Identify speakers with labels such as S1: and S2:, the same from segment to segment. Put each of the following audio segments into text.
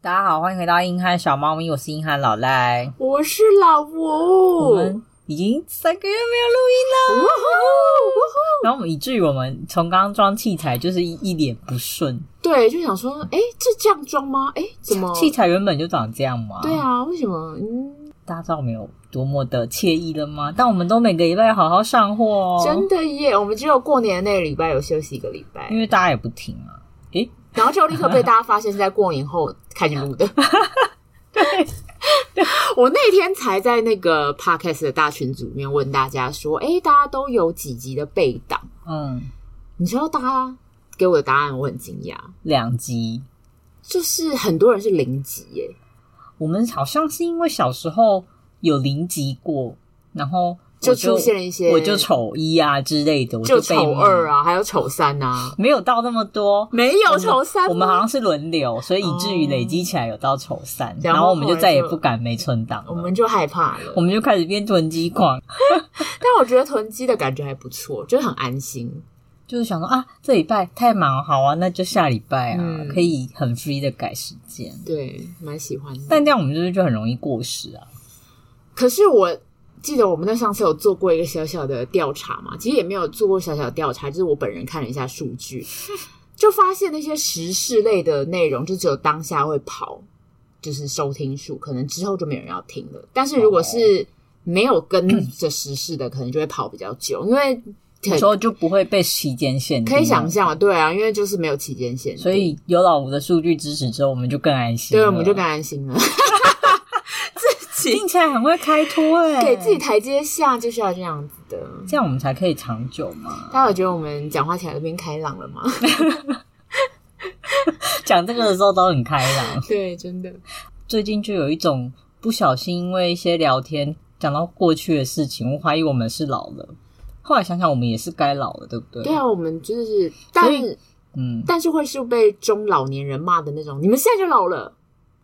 S1: 大家好，欢迎回到硬汉小猫咪，我是硬汉老赖。
S2: 我是老吴，
S1: 我们已经三个月没有录音了，然后我们以至于我们从刚刚装器材就是一一脸不顺。
S2: 对，就想说，哎，这这样装吗？哎，怎么？
S1: 器材原本就长这样嘛，
S2: 对，啊，为什么？嗯，
S1: 大家知道我们有多么的惬意了吗？但我们都每个礼拜好好上货哦，
S2: 真的耶！我们只有过年的那个礼拜有休息一个礼拜
S1: 因，为大家也不听啊。诶，
S2: 然后就立刻被大家发现是在过年后开始录 的。我那天才在那个 podcast 的大群组里面问大家说，哎，大家都有几集的备档？
S1: 嗯，
S2: 你知道大家给我的答案，我很惊讶，
S1: 两集，
S2: 就是很多人是零集耶。
S1: 我们好像是因为小时候有零级过，然后
S2: 就
S1: 我
S2: 出现了一些
S1: 我就丑一啊之类的，我
S2: 就
S1: 被
S2: 丑
S1: 骂
S2: 二，啊，还有丑三啊，
S1: 没有到那么 多。
S2: 没有丑三吗
S1: 我们好像是轮流，所以以至于
S2: 哦
S1: 累积起来有到丑三，
S2: 然
S1: 然
S2: 后
S1: 后我们
S2: 后
S1: 就
S2: 来
S1: 再也
S2: 就
S1: 不敢没存档了，
S2: 我们就害怕了
S1: 我。们就开始变囤积狂，
S2: 但我觉得囤积的感觉还不错，就是很安心。
S1: 就是想说啊，这礼拜太忙，好啊，那就下礼拜啊，
S2: 嗯
S1: 可以很 free 的改时间。
S2: 对，蛮喜欢的。
S1: 但这样我们就是就很容易过时啊。
S2: 可是我记得我们那上次有做过一个小小的调查嘛，其实也没有做过小小的调查，就是我本人看了一下数据，就发现那些时事类的内容，就只有当下会跑，就是收听数，可能之后就没有人要听了。但是如果是没有跟着时事的，可能就会跑比较久，因为
S1: 有时候就不会被期间限定，
S2: 可以想，象嘛，对啊，因为就是没有期间限定，
S1: 所以有老吴的数据支持之后，我们就更安心了。
S2: 对，我们就更安心了。
S1: 听起来很会开脱哎、
S2: 给自己台阶下就是要这样子的。
S1: 这样我们才可以长久嘛。
S2: 大家有觉得我们讲话起来都变开朗 了吗？
S1: 讲这个的时候都很开朗。
S2: 对，真的。
S1: 最近就有一种不小心因为一些聊天讲到过去的事情，我怀疑我们是老了。后来想想，我们也是该老了，对不对？
S2: 对啊，我们就是，但
S1: 所以嗯。
S2: 但是会是被中老年人骂的那种。你们现在就老了，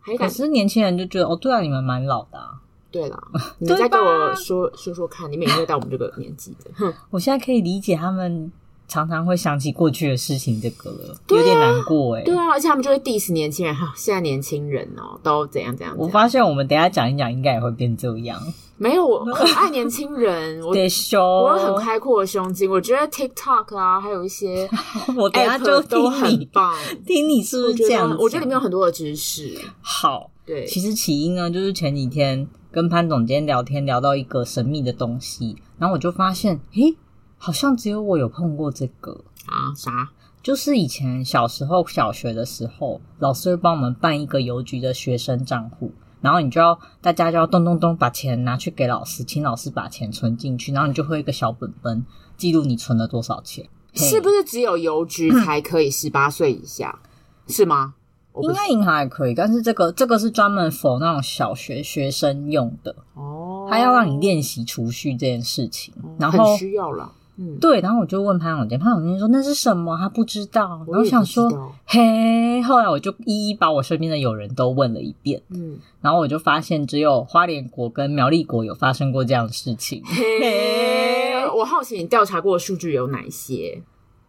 S2: 还
S1: 可
S2: 敢？
S1: 是年轻人就觉得哦，对啊，你们蛮老的、啊。
S2: 对 啦，你们再跟我说说说看，你们也会到我们这个年纪的。哼
S1: 我现在可以理解他们常常会想起过去的事情，这个了，
S2: 对啊
S1: 有点难过哎、
S2: 对啊，而且他们就会 diss 年轻人，哈，现在年轻人哦都怎样怎样怎
S1: 我
S2: 样。
S1: 发现我们等一下讲一讲，应该也会变这样。
S2: 没 有，我很爱年轻人，我
S1: 对羞，
S2: 我
S1: 我
S2: 有很开阔的胸襟。我觉得 TikTok 啊，还有一些
S1: 我等一下
S2: app
S1: 就
S2: 都
S1: 听
S2: 很
S1: 你
S2: 棒。
S1: 听你是不
S2: 我
S1: 是
S2: 觉
S1: 这样
S2: 得
S1: 讲？
S2: 我觉得里面有很多的知识。
S1: 好。
S2: 对，
S1: 其实起因呢，就是前几天跟潘总监聊天，聊到一个神秘的东西，然后我就发现，诶，好像只有我有碰过这个。
S2: 啊啥？
S1: 就是以前小时候小学的时候，老师会帮我们办一个邮局的学生账户，然后你就要大家就要咚咚咚把钱拿去给老师，请老师把钱存进去，然后你就会有一个小本本记录你存了多少钱，
S2: 是不
S1: 是？
S2: 是只有邮局才可以十八岁以下？是吗？我不
S1: 应该银行也可以，但是这个这个是专门否那种小学学生用的，
S2: 哦，
S1: 嗯他要让你练习储蓄这件事情，
S2: 哦，
S1: 然后
S2: 很需要了。嗯，
S1: 对，然后我就问潘永坚，潘永坚说那是什么？他不知道。然后
S2: 也
S1: 想
S2: 不知
S1: 说，
S2: 道，
S1: 嘿，后来我就一一把我身边的友人都问了一遍，
S2: 嗯，
S1: 然后我就发现只有花莲国跟苗栗国有发生过这样的事情，
S2: 嘿，我好奇你调查过的数据有哪一些？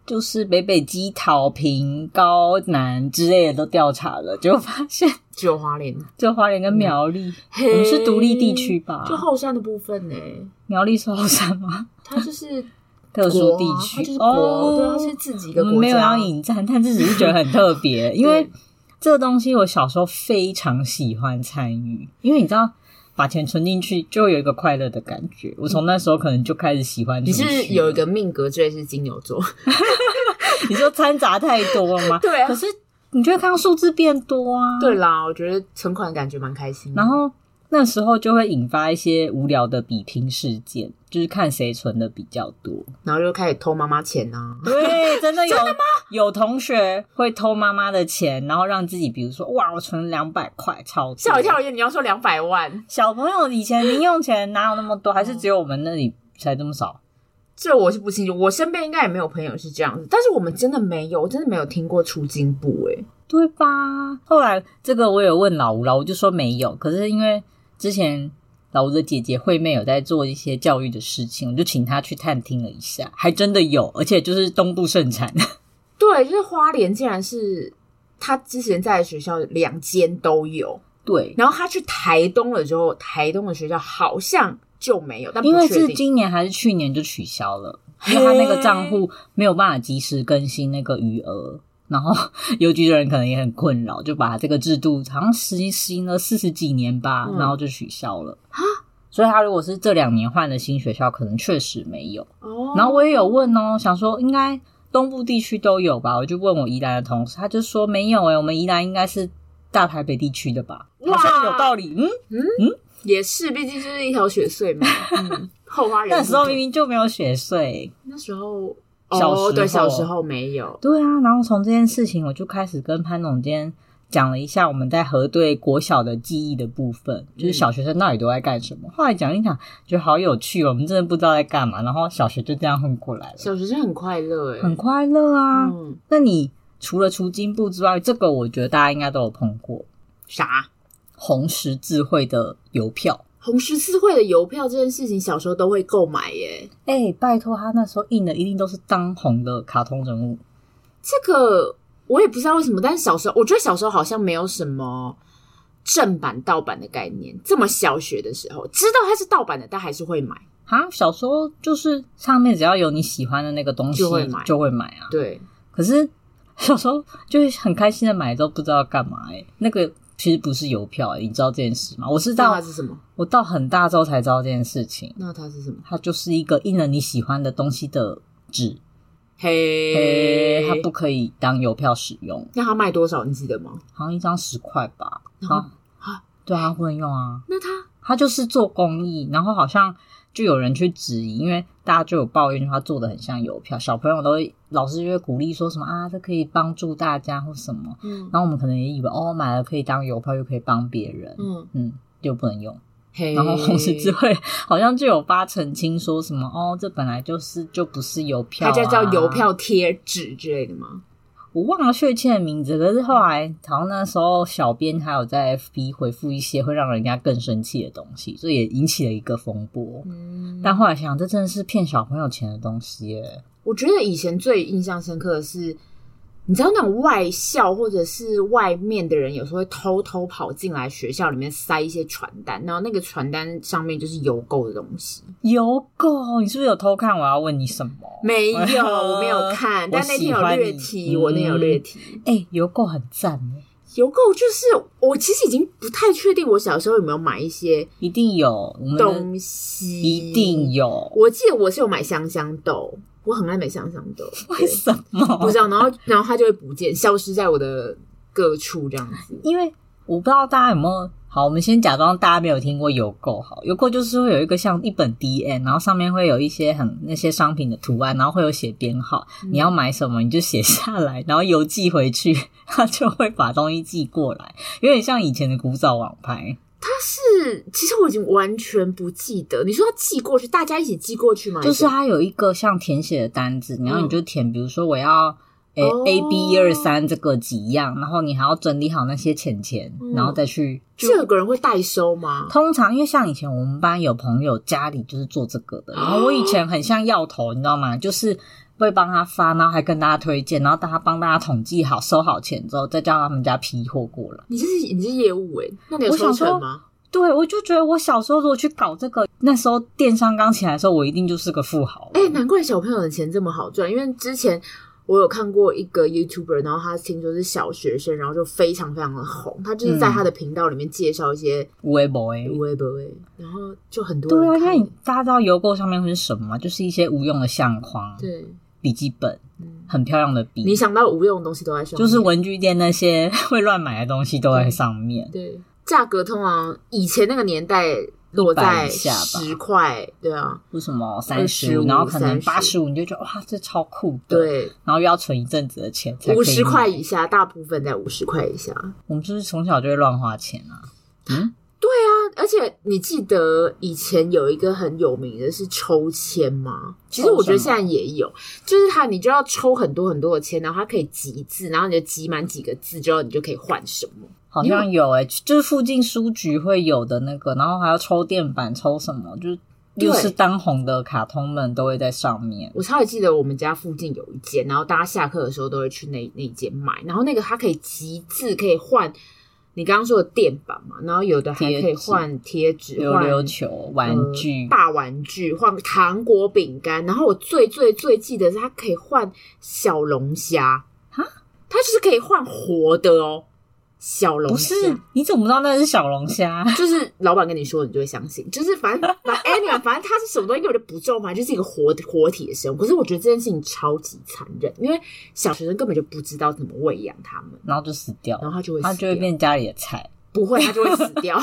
S1: 就是北北基、桃平、高南之类的都调查了，结果发现
S2: 只有花莲，
S1: 就花莲跟苗栗，
S2: 嗯嘿
S1: 我们是独立地区吧？
S2: 就后山的部分呢？
S1: 苗栗是后山吗？
S2: 它就是
S1: 特殊地
S2: 国啊
S1: 区，
S2: 它就是
S1: 哦
S2: 国，对，它啊是自己一个
S1: 我
S2: 国家，啊
S1: 们没有要引战，但是只是觉得很特 别，因为这个东西我小时候非常喜欢参与，因为你知道。把钱存进去，就会有一个快乐的感觉。我从那时候可能就开始喜欢
S2: 你
S1: 储蓄了。
S2: 是有一个命格之类是金牛 座，
S1: 你说掺杂太多了 吗？
S2: 对啊
S1: 可是你就会看到数字变多啊。
S2: 对。啦，我觉得存款感觉蛮开心的。
S1: 然后那时候就会引发一些无聊的比拼事件，就是看谁存的比较多。
S2: 然后就开始偷妈妈钱啊，
S1: 对，真的有有同学会偷妈妈的钱，然后让自己，比如说，哇，我存两百块，超多
S2: 吓我一跳！！因为你要说两百万，
S1: 小朋友以前零用钱哪有那么多？还是只有我们那里才这么少？
S2: 这我是不清楚，我身边应该也没有朋友是这样子，但是我们真的没有，我真的没有听过出金部哎、
S1: 对吧？后来这个我有问老吴，老吴就说没有。可是因为之前老吴的姐姐惠妹有在做一些教育的事情，我就请她去探听了一下，还真的有，而且就是东部盛产。
S2: 对，就是花莲竟然是他之前在的学校两间都有，
S1: 对，
S2: 然后他去台东了之后，台东的学校好像就没有，但不
S1: 因为
S2: 确
S1: 是
S2: 定
S1: 今年还是去年就取消了，因为他那个账户没有办法及时更新那个余额，然后 邮局的人可能也很困扰，就把这个制度好像实行了四十几年吧，
S2: 嗯
S1: 然后就取消了。 所以他如果是这两年换的新学校，可能确实没有。
S2: 哦，
S1: 然后我也有问哦，想说应该东部地区都有吧，我就问我宜兰的同事，他就说没有诶、欸我们宜兰应该是大台北地区的吧，
S2: 哇
S1: 好像有道理，嗯，
S2: 也是，毕竟就是一条血隧 嘛，嗯，后花园
S1: 那时候
S2: 路
S1: 明明就没有雪穗。
S2: 那时候
S1: 小时候
S2: 哦，对，小时候没有，
S1: 对啊，然后从这件事情，我就开始跟潘总监讲了一下我们在核对国小的记忆的部分，就是小学生到底都在干什么。后来讲一讲，觉得好有趣，哦，我们真的不知道在干嘛。然后小学就这样混过来了，
S2: 小学生很快乐哎，
S1: 很快乐啊。
S2: 嗯，
S1: 那你除了除金部之外，这个我觉得大家应该都有碰过
S2: 啥？
S1: 红十字会的邮票。
S2: 红十字会的邮票这件事情，小时候都会购买耶。
S1: 哎、拜托，他那时候印的一定都是当红的卡通人物。
S2: 这个我也不知道为什么，但是小时候我觉得小时候好像没有什么正版盗版的概念。这么小学的时候，知道它是盗版的，但还是会买。
S1: 啊，小时候就是上面只要有你喜欢的那个东西，
S2: 就会买
S1: 就会买啊。
S2: 对，
S1: 可是 小时候就是很开心的买，都不知道干嘛哎、那个其实不是邮票、欸，你知道这件事吗？我是
S2: 那它
S1: 到
S2: 是什么？
S1: 我到很大之后才知道这件事情，
S2: 那它是什么？
S1: 它就是一个印了你喜欢的东西的纸，
S2: 嘿，
S1: 诶、它不可以当邮票使用，
S2: 那它卖多少？你记得吗？
S1: 好像一张十块吧？
S2: 然后
S1: 啊
S2: 啊，
S1: 对啊，不能用啊。
S2: 那它
S1: 他就是做公益，然后好像就有人去质疑，因为大家就有抱怨他做的很像邮票，小朋友都会老师就会鼓励说什么啊，这可以帮助大家或什么，
S2: 嗯
S1: 然后我们可能也以为哦，买了可以当邮票，又可以帮别人，
S2: 嗯，
S1: 嗯，就不能用。
S2: 嘿，
S1: 然后红十字会好像就有发澄清说什么哦，这本来就是就不是邮票、
S2: 它
S1: 啊，
S2: 叫叫邮，票贴纸之类的吗？
S1: 我忘了确切的名字，可是后来好像那时候小编还有在 FB 回复一些会让人家更生气的东西，所以也引起了一个风波。
S2: 嗯，
S1: 但后来想，这真的是骗小朋友钱的东西耶。
S2: 我觉得以前最印象深刻的是，你知道那种外校或者是外面的人，有时候会偷偷跑进来学校里面塞一些传单，然后那个传单上面就是邮购的东西。
S1: 邮购，你是不是有偷看？我要问你什么？
S2: 没 有，我没有看，但那天有略
S1: 我喜欢你
S2: 提，我那天有略提。
S1: 哎、邮购很赞耶，
S2: 嗯邮购就是我其实已经不太确定，我小时候有没有买一些
S1: 一定有，我们的
S2: 东西，
S1: 一定。有。
S2: 我记得我是有买香香豆，我很爱买香香豆，
S1: 为什么？
S2: 不知道，然后然后它就会不见，消失在我的各处这样子。
S1: 因为我不知道大家有没有。好，我们先假装大家没有听过邮购。好，邮购就是会有一个像一本 D N，然后上面会有一些很那些商品的图案，然后会有写编号，你要买什么你就写下来，然后邮寄回去， 他就会把东西寄过来，有点像以前的古早网拍。
S2: 是，其实我已经完全不记得。你说要寄过去，大家一起寄过去吗？
S1: 就是它有一个像填写的单子，然后你就填，比如说我要。诶、
S2: 哦
S1: a B 一二三这个几样，然后你还要整理好那些钱钱，
S2: 嗯
S1: 然后再去。
S2: 这个人会代收吗？
S1: 通常因为像以前我们班有朋友家里就是做这个的，然后我以前很像药头，你知道吗？就是会帮他发，然后还跟大家推荐，然后大家帮大家统计好收好钱之后，再叫他们家批货过来。
S2: 你这是你是业务哎、那你有
S1: 我想
S2: 抽
S1: 说
S2: 成吗？
S1: 对，我就觉得我小时候如果去搞这个，那时候电商刚起来的时候，我一定就是个富豪了。
S2: 哎、难怪小朋友的钱这么好赚，因为之前我有看过一个 YouTuber，然后他听说是小学生，然后就非常非常的红，他就是
S1: 嗯
S2: 在他的频道里面介绍一些
S1: 微博哎，
S2: 微博哎，然后就很多
S1: 对啊，
S2: 人
S1: 因为
S2: 看
S1: 你，大家知道邮购上面会是什么吗？就是一些无用的相框、
S2: 对，
S1: 笔记本、
S2: 嗯，
S1: 很漂亮的笔，
S2: 你想到无用的东西都在上面，
S1: 就是文具店那些会乱买的东西都在上面。
S2: 对，价格通常以前那个年代落在
S1: 以下吧
S2: 十块，对啊，
S1: 为什么三嗯十五，
S2: 25
S1: 然后可能八十
S2: 35
S1: 五，你就觉得哇，这超酷的。，
S2: 对，
S1: 然后又要存一阵子的钱才可以买
S2: 五十块。以下，大部分在五十块以下。
S1: 我们就是从小就会乱花钱啊。
S2: 那而且你记得以前有一个很有名的是抽签吗？其实
S1: 抽
S2: 我觉
S1: 什
S2: 得现
S1: 么
S2: 在也有，就是它你就要抽很多很多的签，然后它可以集字，然后你就集满几个字之后，你就可以换什么。
S1: 好欸像有诶、就是附近书局会有的那个，然后还要抽电板，抽什么，就是又
S2: 对
S1: 是当红的卡通们都会在上面。
S2: 我超级记得我们家附近有一间，然后大家下课的时候都会去那那一间买，然后那个它可以集字，可以换你刚刚说的垫板嘛，然后有的还可以
S1: 贴纸
S2: 换贴纸、
S1: 溜
S2: 换
S1: 溜球、玩
S2: 呃、、
S1: 具
S2: 大玩具，换糖果、饼干。然后我最最最记得是它可以换小龙虾，
S1: 哈，
S2: 它就是可以换活的哦，小龙
S1: 不
S2: 虾。
S1: 是？你怎么知道那是小龙虾？
S2: 就是老板跟你说，你就会相信。就是反正反正 anyway，反正它是什么东西根本就不重要，反正就是一个活活体的生物。可是我觉得这件事情超级残忍，因为小学生根本就不知道怎么喂养它们，
S1: 然后就死掉
S2: 然
S1: 了，
S2: 后它就会
S1: 它
S2: 死
S1: 就会
S2: 掉
S1: 变家里的菜。
S2: 不会，它就会死 掉，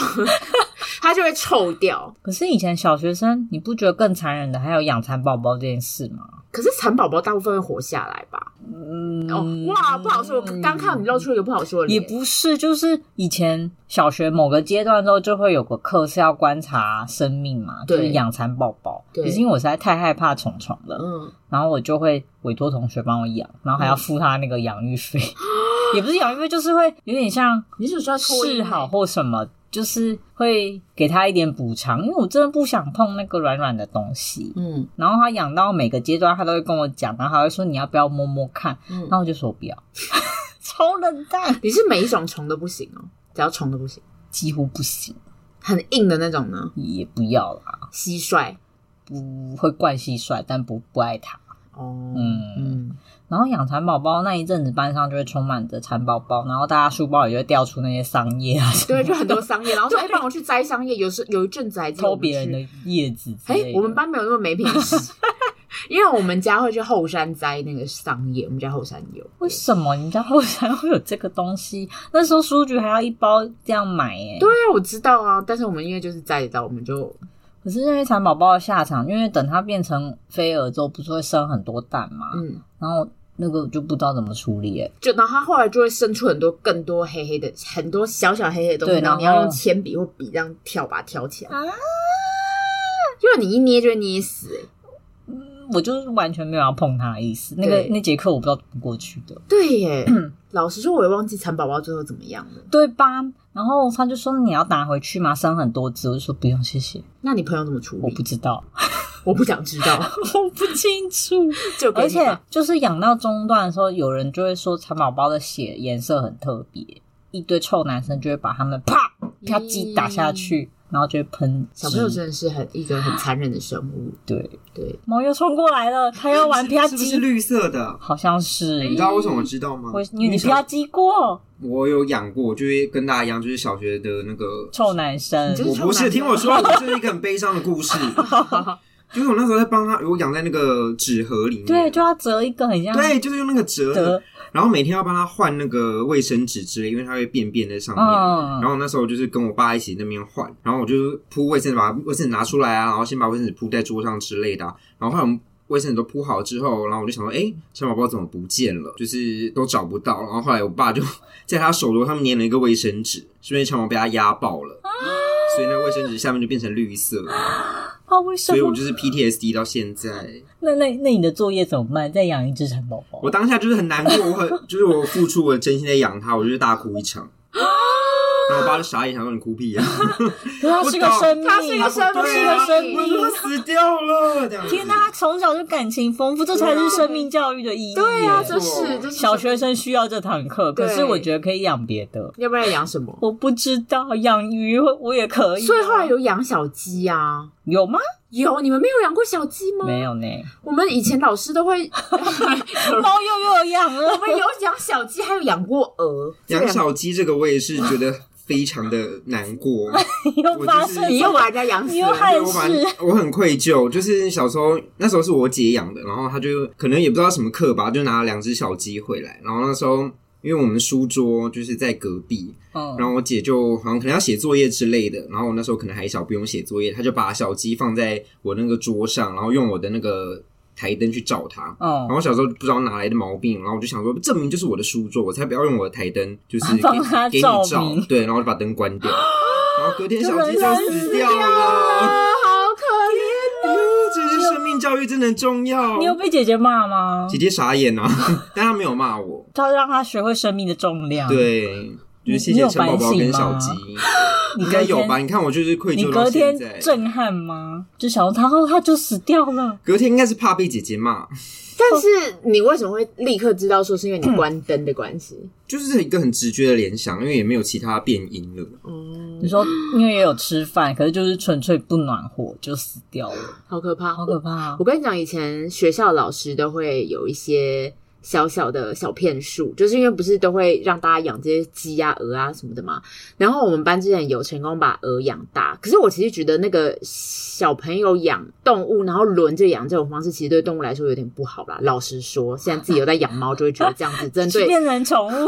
S2: 它就会臭掉。
S1: 可是以前小学生，你不觉得更残忍的还有养蚕宝宝这件事吗？
S2: 可是蚕宝宝大部分会活下来吧？
S1: 嗯，
S2: 哦，哇，不好说。我刚看到你露出一个不好说的
S1: 也
S2: 脸，
S1: 不是，就是以前小学某个阶段之后，就会有个课是要观察生命嘛，
S2: 对
S1: 就是养蚕宝宝。
S2: 对
S1: 可是因为我实在太害怕虫虫了，
S2: 嗯，
S1: 然后我就会委托同学帮我养，然后还要付他那个养育费， 也不是养育费，就是会有点像
S2: 你是说脱衣
S1: 示好或什么，就是会给他一点补偿，因为我真的不想碰那个软软的东西。
S2: 嗯
S1: 然后他养到每个阶段，他都会跟我讲，然后还会说你要不要摸摸看，
S2: 嗯
S1: 然，后我就说我不要， 超冷淡，
S2: 你是每一种虫都不行哦，只要虫都不行，
S1: 几乎不行，
S2: 很硬的那种呢，
S1: 也不要啦，
S2: 蟋蟀。
S1: 不会惯蟋蟀，但不不爱它。
S2: 哦，
S1: 嗯
S2: 嗯，
S1: 然后养蚕宝宝那一阵子，班上就会充满着蚕宝宝，然后大家书包也就会掉出那些桑叶 啊，什
S2: 对，
S1: 么
S2: 就很多桑叶， 然后说，哎，帮我去摘桑叶。有时有一阵子还记得我们
S1: 偷别人
S2: 去
S1: 的，叶子之类
S2: 哎，
S1: 的。
S2: 我们班没有那么没品识， 因为我们家会去后山摘那个桑叶，我们家后山有。
S1: 为什么你们家后山会有这个东西？那时候书局还要一包这样买耶、
S2: 对啊，我知道啊，但是我们因为就是摘得到，我们就
S1: 可是因为蚕宝宝的下场，因为等它变成飞蛾之后，不是会生很多蛋嘛？
S2: 嗯，
S1: 然后那个就不知道怎么处理耶、
S2: 就然后它后来就会生出很多更多黑黑的，很多小小黑黑的东西，
S1: 对
S2: 然后你
S1: 然
S2: 要
S1: 后
S2: 用铅笔或笔这样挑把它挑起来，
S1: 啊
S2: 因为你一捏就会捏死、哎
S1: 嗯我就是完全没有要碰它的意思。那个
S2: 对
S1: 那节课我不知道怎么过去的，
S2: 对 耶，老实说，我也忘记蚕宝宝最后怎么样了。
S1: 对吧？然后他就说你要拿回去吗？生很多只，我就说不用，谢谢，
S2: 那你朋友怎么处理？
S1: 我不知道，
S2: 我不想知道，
S1: 我不清楚。
S2: 就给
S1: 而
S2: 你吧
S1: 且就是养到中段的时候，有人就会说蚕宝宝的血颜色很特别，一堆臭男生就会把他们啪啪叽打下去，嗯然后就会喷汁
S2: 嗯小朋友真的是很一个很残忍的生物，
S1: 对，
S2: 对，
S1: 猫又冲过来了，它要玩啪
S3: 是不是
S1: 叽，哎
S3: 绿色的？
S1: 好像是
S3: 你知道为什么我知道吗
S1: 我？因为你
S3: 小
S1: 啪叽过
S3: 我有养过，就是跟大家一样，就是小学的那个。
S1: 臭男生
S2: 你就，
S3: 我不是听我说，我这是一个很悲伤的 故事。就是我那时候在帮他，我养在那个纸盒里面。
S1: 对，就要折一个很像
S3: 对，就是用那个折
S1: 折
S3: 的，然后每天要帮他换那个卫生纸之类，因为它会便便在上面。
S1: 嗯
S3: 然后那时候就是跟我爸一起那边换，然后我就铺卫生纸，把卫生纸拿出来啊，然后先把卫生纸铺在桌上之类的啊、然后后来我们卫生纸都铺好之后，然后我就想说，哎，小宝宝怎么不见了？就是都找不到。然后后来我爸就 在他手头上面粘了一个卫生纸，是因为小宝被他压爆了，所以那个卫生纸下面就变成绿色了。
S1: 啊，为什
S3: 所以我
S1: 么？
S3: 就是 PTSD 到现在，
S1: 那那那你的作业怎么办？再养一只蚕宝宝
S3: 我？当下就是很难过，我很就是我付出我的真心在养它，我就是大哭一场。然后我爸就傻眼，想说你哭屁啊呀、
S1: 可是它是个生命，啊
S2: 它是一个生命啊
S1: 它是个生
S3: 我
S1: 命。
S3: 说他死掉了，这样子
S1: 天哪，他从小就感情丰富，这才是生命教育的意义耶。
S2: 对啊，
S3: 这
S2: 这是这是
S1: 小学生需要这堂课，
S2: 对
S1: 可是我觉得可以养别的。
S2: 要不然养什么？
S1: 我不知道养鱼我我也可以啊，
S2: 所以后来有养小鸡啊。
S1: 有吗？
S2: 有你们没有养过小鸡吗？
S1: 没有呢，
S2: 我们以前老师都会， 我
S1: 猫又又有养了。
S2: 们有养小鸡，还有养过鹅。这
S3: 养
S2: 两
S3: 小鸡这个我也是觉得非常的 难过，
S1: 你又发生，
S2: 你又把人家养死
S1: 你又
S2: 了，
S1: 害
S3: 对我反
S1: 事，
S3: 我很愧疚。就是小时候那时候是我姐养的，然后她就可能也不知道什么课吧，就拿了两只小鸡回来，然后那时候。因为我们书桌就是在隔壁，然
S1: 嗯，
S3: 后我姐就好像可能要写作业之类的，然后我那时候可能还小，不用写作业，她就把小鸡放在我那个桌上，然后用我的那个台灯去照它，然后
S1: 哦，
S3: 我小时候不知道哪来的毛病，然后我就想说，证明就是我的书桌，我才不要用我的台灯，就是给
S1: 帮它
S3: 给你
S1: 照
S3: 照
S1: 明，
S3: 对，然后我就把灯关掉，然后隔天小鸡
S1: 就
S3: 就
S1: 人
S3: 死掉了。
S2: 啊，好可怜。
S3: 这是生命教育真的很重要
S1: 你。有被姐姐骂吗
S3: 姐？姐傻眼啊， 但她没有骂我，
S1: 她让他学会生命的重量。，
S3: 对，就是
S1: 嗯
S3: 谢
S1: 你
S3: 谢
S1: 有
S3: 陈宝宝
S1: 反省
S3: 跟
S1: 吗
S3: 小鸡，
S1: 你
S3: 应
S1: 隔
S3: 该有
S1: 天
S3: 吧？你看我就是愧
S1: 你
S3: 疚到
S1: 隔天
S3: 现在。
S1: 震撼吗？就想说他后他就死掉了。
S3: 隔天应该是怕被姐姐骂，
S2: 但是你为什么会立刻知道说是因为你关灯的关系？
S3: 就是一个很直觉的联想，因为也没有其他变音了。
S2: 嗯
S1: 你，说因为也有吃饭，可是就是纯粹不暖和就死掉了，
S2: 好可怕，
S1: 好可怕、啊
S2: 我！跟你讲，以前学校老师都会有一些小小的小骗术，就是因为不是都会让大家养这些鸡啊、鹅啊什么的嘛。然后我们班之前有成功把鹅养大，可是我其实觉得那个小朋友养动物，然后轮着养这种方式，其实对动物来说有点不好啦。老实说，现在自己有在养猫，就会觉得这样子针 对
S1: 变成宠物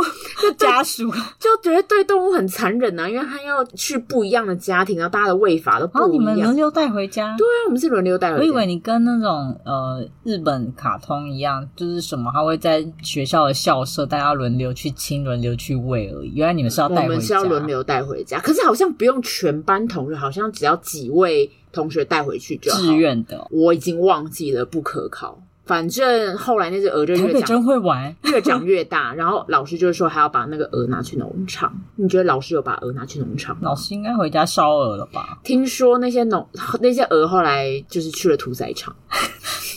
S1: 家属，
S2: 就觉得对动物很残忍啊，因为它要去不一样的家庭，然后大家的喂法都
S1: 然
S2: 不
S1: 后哦你
S2: 一
S1: 们
S2: 样。
S1: 轮流带回家。
S2: 对啊，我们是轮流带回
S1: 我
S2: 家。
S1: 以为你跟那种呃日本卡通一样，就是什么他会在学校的校舍，大家轮流去亲，轮流去喂而已。原来你们是要带
S2: 我
S1: 回家，
S2: 们是要轮流带回家，可是好像不用全班同学，好像只要几位同学带回去就好。
S1: 志，愿的。哦
S2: 我已经忘记了，不可靠。反正后来那只鹅就
S1: 台
S2: 越
S1: 北
S2: 长
S1: 真会玩，
S2: 越长越大， 然后老师就是说还要把那个鹅拿去农场。你觉得老师有把鹅拿去农场吗？
S1: 老师应该回家烧鹅了吧？
S2: 听说那些农那些鹅后来就是去了屠宰场，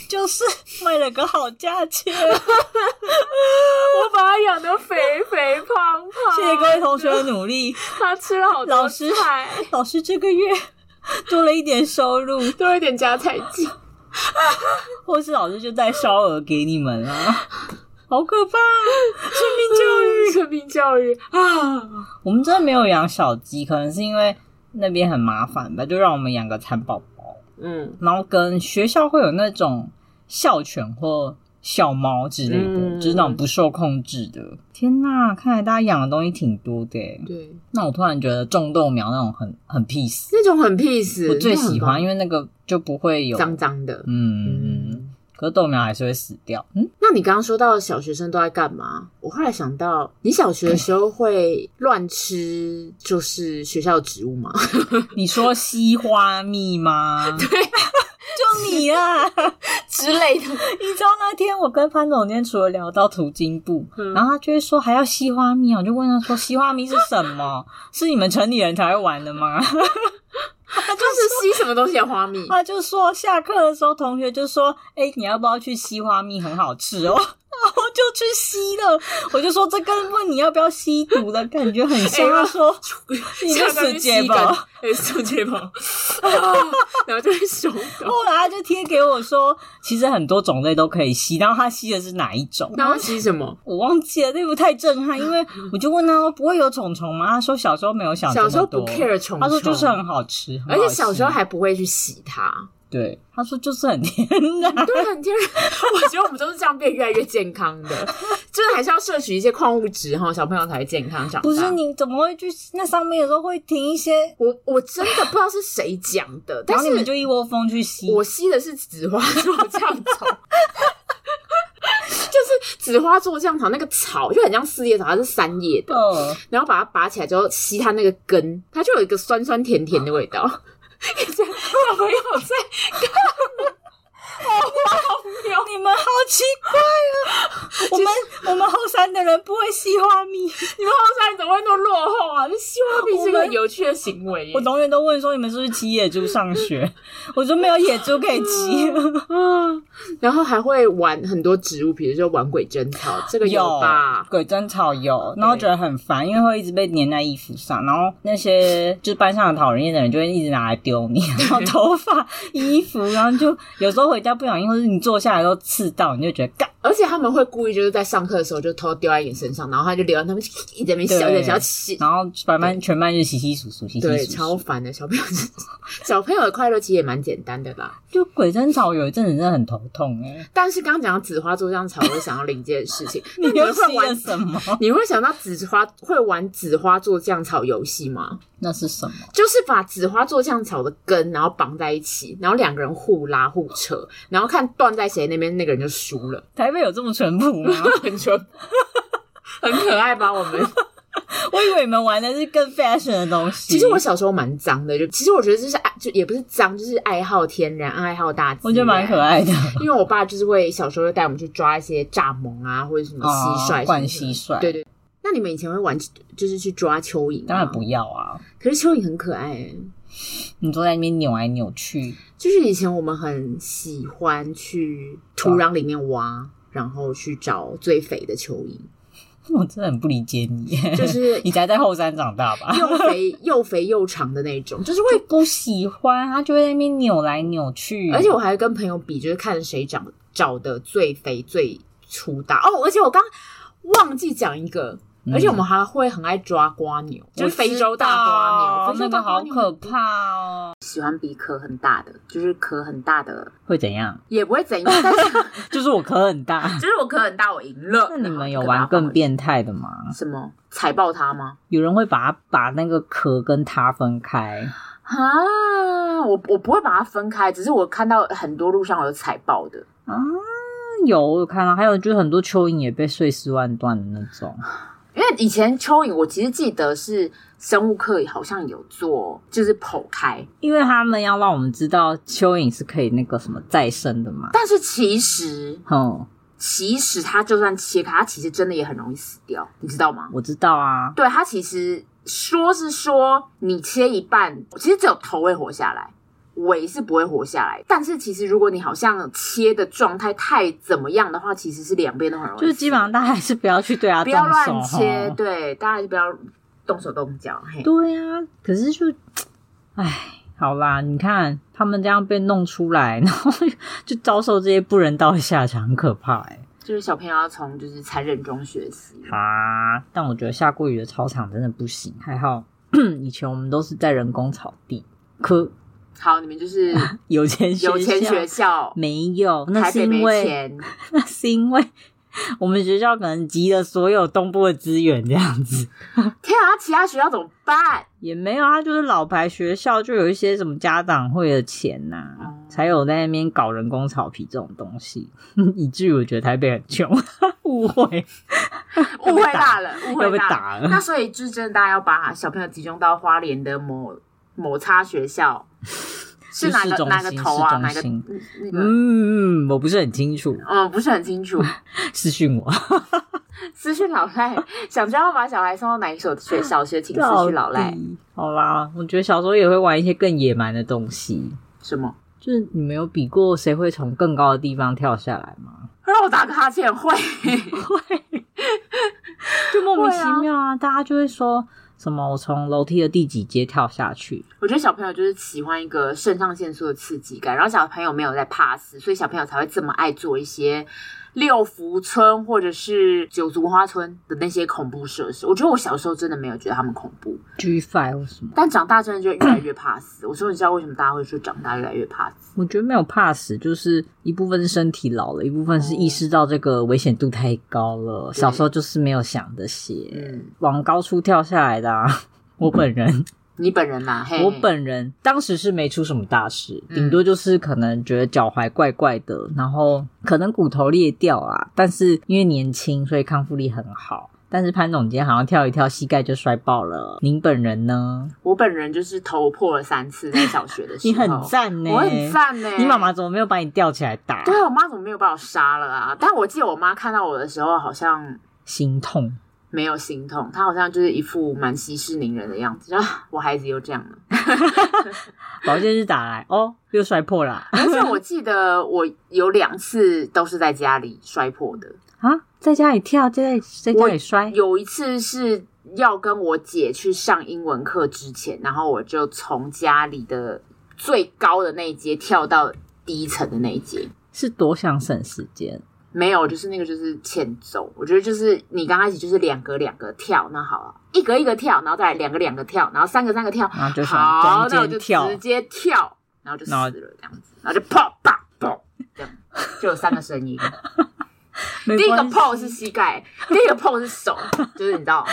S1: 就是卖了个好价钱。
S2: 我把它养得肥肥胖胖
S1: 谢谢各位同
S2: 啊
S1: 学的努力，
S2: 它吃了好
S1: 多老师
S2: 菜，
S1: 老师这个月多了一点收入，
S2: 都有点加菜剂。
S1: 或是老师就带烧鹅给你们啊。好可怕！生命教育，
S2: 生命教育啊，
S1: 我们真的没有养小鸡，可能是因为那边很麻烦吧，就让我们养个蚕宝宝。
S2: 嗯。
S1: 然后跟学校会有那种校犬或校猫之类的，
S2: 嗯
S1: 就是那种不受控制的。天呐，看来大家养的东西挺多的耶。
S2: 对，
S1: 那我突然觉得种豆苗那种很很 peace，
S2: 那种很 peace，
S1: 我最喜欢，因
S2: 为
S1: 为那个就不会有
S2: 脏脏的。
S1: 嗯，嗯
S2: 嗯，
S1: 可是豆苗还是会死掉。嗯，
S2: 那你刚刚说到小学生都在干嘛？我后来想到，你小学的时候会乱吃就是学校的植物 吗？
S1: 你说西花 蜜吗？对，
S2: 啊
S1: 就你啦。
S2: 之类的，
S1: 你知道那天我跟潘总监除了聊到途经部，
S2: 嗯
S1: 然后他就会说还要西花蜜啊，我就问他说西花蜜是什么？ 是你们城里人才会玩的吗？
S2: 它就是吸什么东西的花蜜？
S1: 他就说下课的时候，同学就说：“哎、你要不要去吸花蜜？很好吃哦。” 然后就去吸了。我就说这跟问你要不要吸毒的感觉很像。啊
S2: 哎
S1: 他说你
S2: 下
S1: 是
S2: 班
S1: 死
S2: 就
S1: 结
S2: 吸
S1: 吧
S2: 干， 哎，死结吧，啊 然后就会手抖。
S1: 后来他就贴给我说，其实很多种类都可以吸，然后他吸的是哪一种？
S2: 然后吸什么？
S1: 我忘记了，那部太震撼，因为我就问他说不会有虫虫吗？他说小时候没有想这
S2: 小
S1: 么
S2: 时候
S1: 多
S2: 不 care 虫虫，
S1: 他说就是很好吃，很
S2: 而
S1: 好
S2: 且
S1: 吃
S2: 小时候还不会去洗它，
S1: 对，他说就是很天 啊然。
S2: 对，很天然。我觉得我们都是这样变越来越健康的， 就是还是要摄取一些矿物质哈，小朋友才会健康长大。
S1: 不是你怎么会去那上面有时候会停一些
S2: 我我真的不知道是谁讲的，
S1: 然
S2: 但
S1: 后
S2: 是
S1: 你们就一窝蜂去吸。
S2: 我吸的是紫花座降草。 就是紫花座降草那个草就很像四叶草，它是三叶的，
S1: 呃，
S2: 然后把它拔起来之后吸它那个根，它就有一个酸酸甜甜的 味道。 小朋友在
S1: 你们好奇 怪啊！我们我们后山的人不会吸花蜜，
S2: 你们后山怎么会那么落后啊？就希望比是个有趣的行为耶。
S1: 我永远都问说你们是不是骑野猪上学？ 我说没有野猪可以 骑。
S2: 嗯，然后还会玩很多植物，比如说玩鬼针草，
S1: 啊
S2: 这个吧？
S1: 鬼针草有，然后觉得很烦，因为会一直被粘在衣服上，然后那些就是班上的讨人厌的人就会一直拿来丢你， 然后头发、衣服，然后就有时候回家不小心，或者你坐下来都刺到，你就觉得干。
S2: 而且他们会故意就是在上课的时候就偷丢在你身上，然后他就留在他们一直在那边笑，一
S1: 对
S2: 直笑气，
S1: 然后班班全班就稀稀疏疏，稀稀
S2: 对，
S1: 疏
S2: 超
S1: 疏。
S2: 烦的。小朋友， 小朋友的快乐其实也蛮简单的啦。
S1: 就鬼针草有一阵子真的很头痛哎、
S2: 但是刚刚讲到紫花做香草，我就想到另一件事 情，那
S1: 你
S2: 你们会
S1: 又吸了
S2: 玩？
S1: 什么？
S2: 你会想到紫花会玩紫花做酱草游戏吗？
S1: 那是什么？
S2: 就是把紫花做酱草的根，然后绑在一起，然后两个人互拉互扯，然后看断在谁那边，那个人就输了。
S1: 台北有这么淳朴吗？
S2: 很纯，很可爱吧？我们
S1: 我以为你们玩的是更 fashion 的东 西。
S2: 其实我小时候蛮脏的，就其实我觉得就是爱，就也不是脏，就是爱好天然，爱好大自然。
S1: 我觉得蛮可。爱的，
S2: 因为我爸就是会小时候就带我们去抓一些蚱蜢啊，或者什么蟋蟀什么
S1: 哦
S2: 的、
S1: 灌蟋蟀
S2: 对对。那你们以前会玩，就是去抓蚯蚓吗？
S1: 当然不要啊！
S2: 可是蚯蚓很可爱、欸，
S1: 你坐在那边扭来扭去，
S2: 就是以前我们很喜欢去土壤里面挖，然后去找最肥的蚯蚓，
S1: 我真的很不理解你。
S2: 就是
S1: 你才在后山长大吧？
S2: 又 肥又肥又长的那种，就是会。
S1: 不喜欢，他就会在那边扭来扭去，
S2: 而且我还跟朋友比，就是看谁长找的最肥最粗大哦。而且我刚忘记讲一个，
S1: 嗯
S2: 而且我们还会很爱抓瓜牛，就是非洲大瓜牛，
S1: 我知
S2: 非洲
S1: 道哦那个
S2: 大瓜
S1: 好
S2: 牛
S1: 可怕哦，
S2: 喜欢比壳很大的，就是壳很大的
S1: 会 怎样？
S2: 也不会怎 样，但是。
S1: 就是我壳很大
S2: 就是我壳很大，我赢了。
S1: 那你们有
S2: 然后就把它
S1: 玩更
S2: 放回
S1: 变态的吗？
S2: 去什么踩爆它吗？
S1: 有人会把它把那个壳跟它分开，
S2: 啊，我我不会把它分开，只是我看到很多路上有踩爆的，
S1: 啊，有我有看到，还有就是很多蚯蚓也被碎尸万段的那种，
S2: 因为以前蚯蚓，我其实记得是生物课好像有做，就是剖开，
S1: 因为他们要让我们知道蚯蚓是可以那个什么再生的嘛。
S2: 但是其实
S1: 哼，
S2: 其实它就算切开，它其实真的也很容易死掉，你知道吗？
S1: 我知道啊，
S2: 对，它其实说是说你切一半，其实只有头会活下来，尾是不会活下来。但是其实如果你好像切的状态太怎么样的话，其实是两边都很容易死，
S1: 就是基本上大家还是不要去对它
S2: 不
S1: 动
S2: 要
S1: 手
S2: 乱
S1: 哈
S2: 切，对，大家就不要动手动脚。嘿，
S1: 对呀、可是就，唉，好啦，你看他们这样被弄出来， 然后就遭受这些不人道的下场，很可怕哎、
S2: 就是小朋友要从就是残忍中学习。
S1: 啊！但我觉得下过雨的操场真的不行，还好 以前我们都是在人工草地，可
S2: 好，你们就是
S1: 有钱 学
S2: 有钱
S1: 校
S2: 学校，
S1: 没有，那
S2: 台
S1: 是
S2: 北
S1: 因
S2: 没
S1: 为
S2: 钱，
S1: 那 是因为我们学校可能集了所有东部的资源这样子。
S2: 天啊，其他学校怎么 办？
S1: 也没有，他就是老牌学校，就有一些什么家长会的钱呐、
S2: 哦
S1: 才有在那边搞人工草皮这种东西， 以至于我觉得台北很穷，误会
S2: 误会大了，误
S1: 要
S2: 会
S1: 被
S2: 大了。
S1: 打 了
S2: 那。所以就是真的，大家要把小朋友集中到花莲的某某差学 校，是哪
S1: 市
S2: 个
S1: 中
S2: 哪个
S1: 心
S2: 头啊？
S1: 市中
S2: 哪个
S1: 心
S2: 嗯那个？
S1: 嗯，我不是很清楚，
S2: 嗯，不是很清 楚。
S1: 私讯我。
S2: 私讯老赖，想知道把小孩送到哪一所学小学，请私讯老
S1: 到
S2: 赖。
S1: 底好啦，我觉得小时候也会玩一些更野蛮的东西，
S2: 什么？
S1: 就是你没有比过谁会从更高的地方跳下来吗？
S2: 让我打个哈欠，会
S1: 就莫名
S2: 会
S1: 其
S2: 啊
S1: 妙啊，大家就会说什么我从楼梯的第几阶跳下去，
S2: 我觉得小朋友就是喜欢一个肾上腺素的刺激感，然后小朋友没有在怕死，所以小朋友才会这么爱做一些六福村或者是九族花村的那些恐怖设施。我觉得我小时候真的没有觉得他们恐怖，
S1: G Five 什么。
S2: 但长大真的就越来越怕死。我说你知道为什么大家会说长大越来越怕死？
S1: 我觉得没有怕死，就是一部分是身体老了，一部分是意识到这个危险度太高了。小时候就是没有想这些，
S2: 嗯，
S1: 往高处跳下来的、啊。 我本人，
S2: 你本人呐、嘿，
S1: 我本人当时是没出什么大事，
S2: 嗯
S1: 顶多就是可能觉得脚踝怪怪的，然后可能骨头裂掉啊。但是因为年轻，所以康复力很好。但是潘总监好像跳一跳，膝盖就摔爆了。您本人呢？
S2: 我本人就是头破了三次，在小学的时候，
S1: 你很赞呢、
S2: 哦我很赞呢、
S1: 你妈妈怎么没有把你吊起来打？
S2: 对啊，我妈怎么没有把我杀了啊？但我记得我妈看到我的时候，好像
S1: 心痛。
S2: 没有心痛，她好像就是一副蛮息事宁人的样子。然后我孩子又这样了，
S1: 保健室打来，哦，又摔破了啊！
S2: 而且我记得我有两次都是在家里摔破的，
S1: 啊在家里跳，在家里在家里摔，
S2: 有一次是要跟我姐去上英文课之前，然后我就从家里的最高的那一阶跳到低层的那一阶。
S1: 是多想省时间。
S2: 没有，就是那个就是欠揍。我觉得就是你刚开始就是两个两个跳，那好了，一格一格跳，然后再来两个两个跳，然后三个三个跳，
S1: 然后就从
S2: 好，
S1: 中
S2: 那我
S1: 间
S2: 就
S1: 跳
S2: 直接跳，然后就死
S1: 然后
S2: 了这样子，然后就砰砰砰这样，就有三个声音。
S1: 没
S2: 第一个
S1: 关系
S2: 砰 是膝盖，第一个砰是手，就是你知道，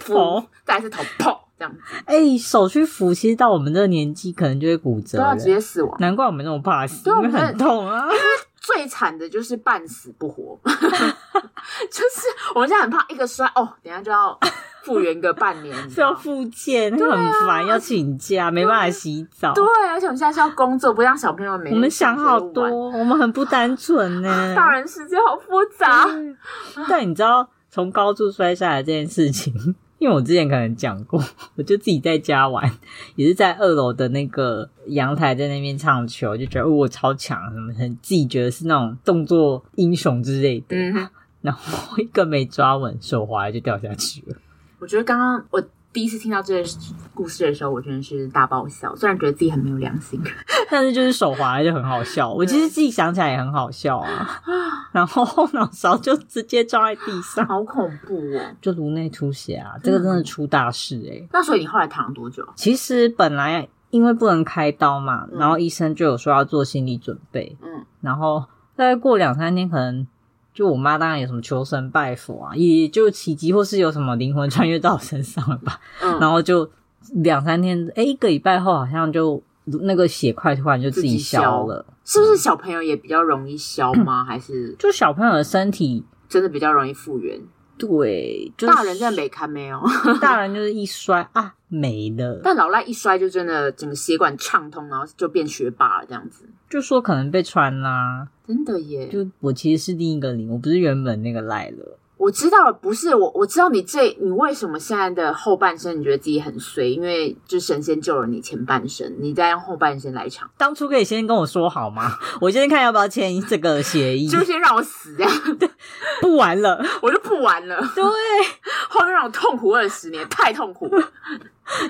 S1: 头，
S2: 再来是头砰这样子，
S1: 哎、手去扶，其实到我们这个年纪可能就会骨折
S2: 都要
S1: 了
S2: 啊直。接死亡。
S1: 难怪我们那么怕死，
S2: 对
S1: 因
S2: 我
S1: 为
S2: 们
S1: 很痛啊！
S2: 最惨的就是半死不活， 就是我们现在很怕一个摔哦，等一下就要复原个半年，你知
S1: 是要
S2: 道
S1: 复健，那个很烦，要请假，没办法洗澡。
S2: 啊对，啊而且我们现在是要工作，不像小朋友每
S1: 我
S2: 天
S1: 们想
S2: 上学
S1: 好嗯
S2: 就玩。
S1: 多，我们很不单纯呢、
S2: 啊
S1: 嗯
S2: 大人世界好复杂，
S1: 但你知道从高处摔下来这件事情，因为我之前可能讲过，我就自己在家玩，也是在二楼的那个阳台在那边唱球，就觉得、哦、我超强，什么很自己觉得是那种动作英雄之类的，
S2: 嗯哼，
S1: 然后一个没抓稳，手滑了就掉下去了。
S2: 我觉得刚刚我第一次听到这个故事的时候，我真的是大爆笑，虽然觉得自己很没有良心，
S1: 但是就是手滑了就很好笑，我其实自己想起来也很好笑啊。 然后后脑勺就直接撞在地上，
S2: 好恐怖哦！
S1: 就颅内出血啊，这个真的出大事诶、
S2: 那所以你后来躺了多久？
S1: 其实本来因为不能开刀嘛，
S2: 嗯
S1: 然后医生就有说要做心理准备，
S2: 嗯，
S1: 然后大概过两三天，可能就我妈当然有什么求神拜佛啊，也就奇迹或是有什么灵魂穿越到我身上了吧，
S2: 嗯
S1: 然后就两三天，哎，一个礼拜后好像就那个血块突然就自
S2: 自己
S1: 己消
S2: 消
S1: 了，
S2: 是不是小朋友也比较容易消吗？还是
S1: 就小朋友的身体。
S2: 真的比较容易复原？
S1: 对，就是
S2: 大人真的没看没有，
S1: 大人就是一摔啊没了，
S2: 但老赖一摔就真的整个血管畅通，然后就变学霸了这样子，
S1: 就说可能被穿啦、
S2: 真的耶！
S1: 就我其实是另一个零，我不是原本那个赖了。
S2: 我知道了，不是我，我知道你这你为什么现在的后半生你觉得自己很衰，因为就神仙救了你前半生，你再用后半生来偿，
S1: 当初可以先跟我说好吗？ 我先看要不要签这个协议，
S2: 就先让我死这样，
S1: 不 玩了。
S2: 我就不玩了，
S1: 对，
S2: 后面让我痛苦二十年，太痛苦了。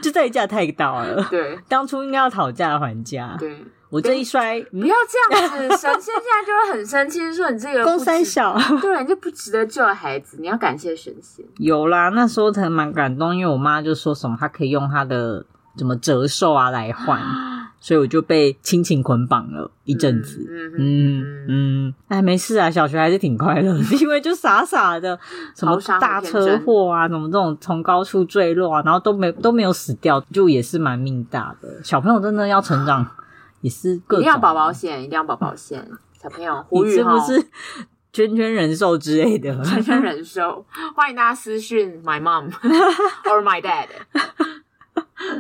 S1: 就代价太大了。
S2: 对
S1: 当初应该要讨价还价，
S2: 对，
S1: 我这一摔，
S2: 不要这样子，神仙现在就会很生气，就说你这个
S1: 嗯公
S2: 不
S1: 三
S2: 值
S1: 小
S2: 对，你就不值得救的孩子，你要感谢神仙。
S1: 有啦。那时候才蛮感动，因为我妈就说什么她可以用她的怎么折寿啊 来换，所以我就被亲情捆绑了一阵子。
S2: 嗯嗯
S1: 嗯嗯，哎，没事啊，小学还是挺快乐的，因 为就傻傻的，什么
S2: 好傻好
S1: 大
S2: 天
S1: 车
S2: 真
S1: 祸啊，什么这种从高处坠落啊，然后都没都没有死掉，就也是蛮命大的。小朋友真的要 成长，也是各
S2: 一定
S1: 种
S2: 要保保险，一定要保保险。小朋友呼
S1: 你
S2: 吁
S1: 是不
S2: 齁
S1: 是 圈圈人寿之类的？
S2: 全身忍受，欢迎大家私讯 my mom or my dad。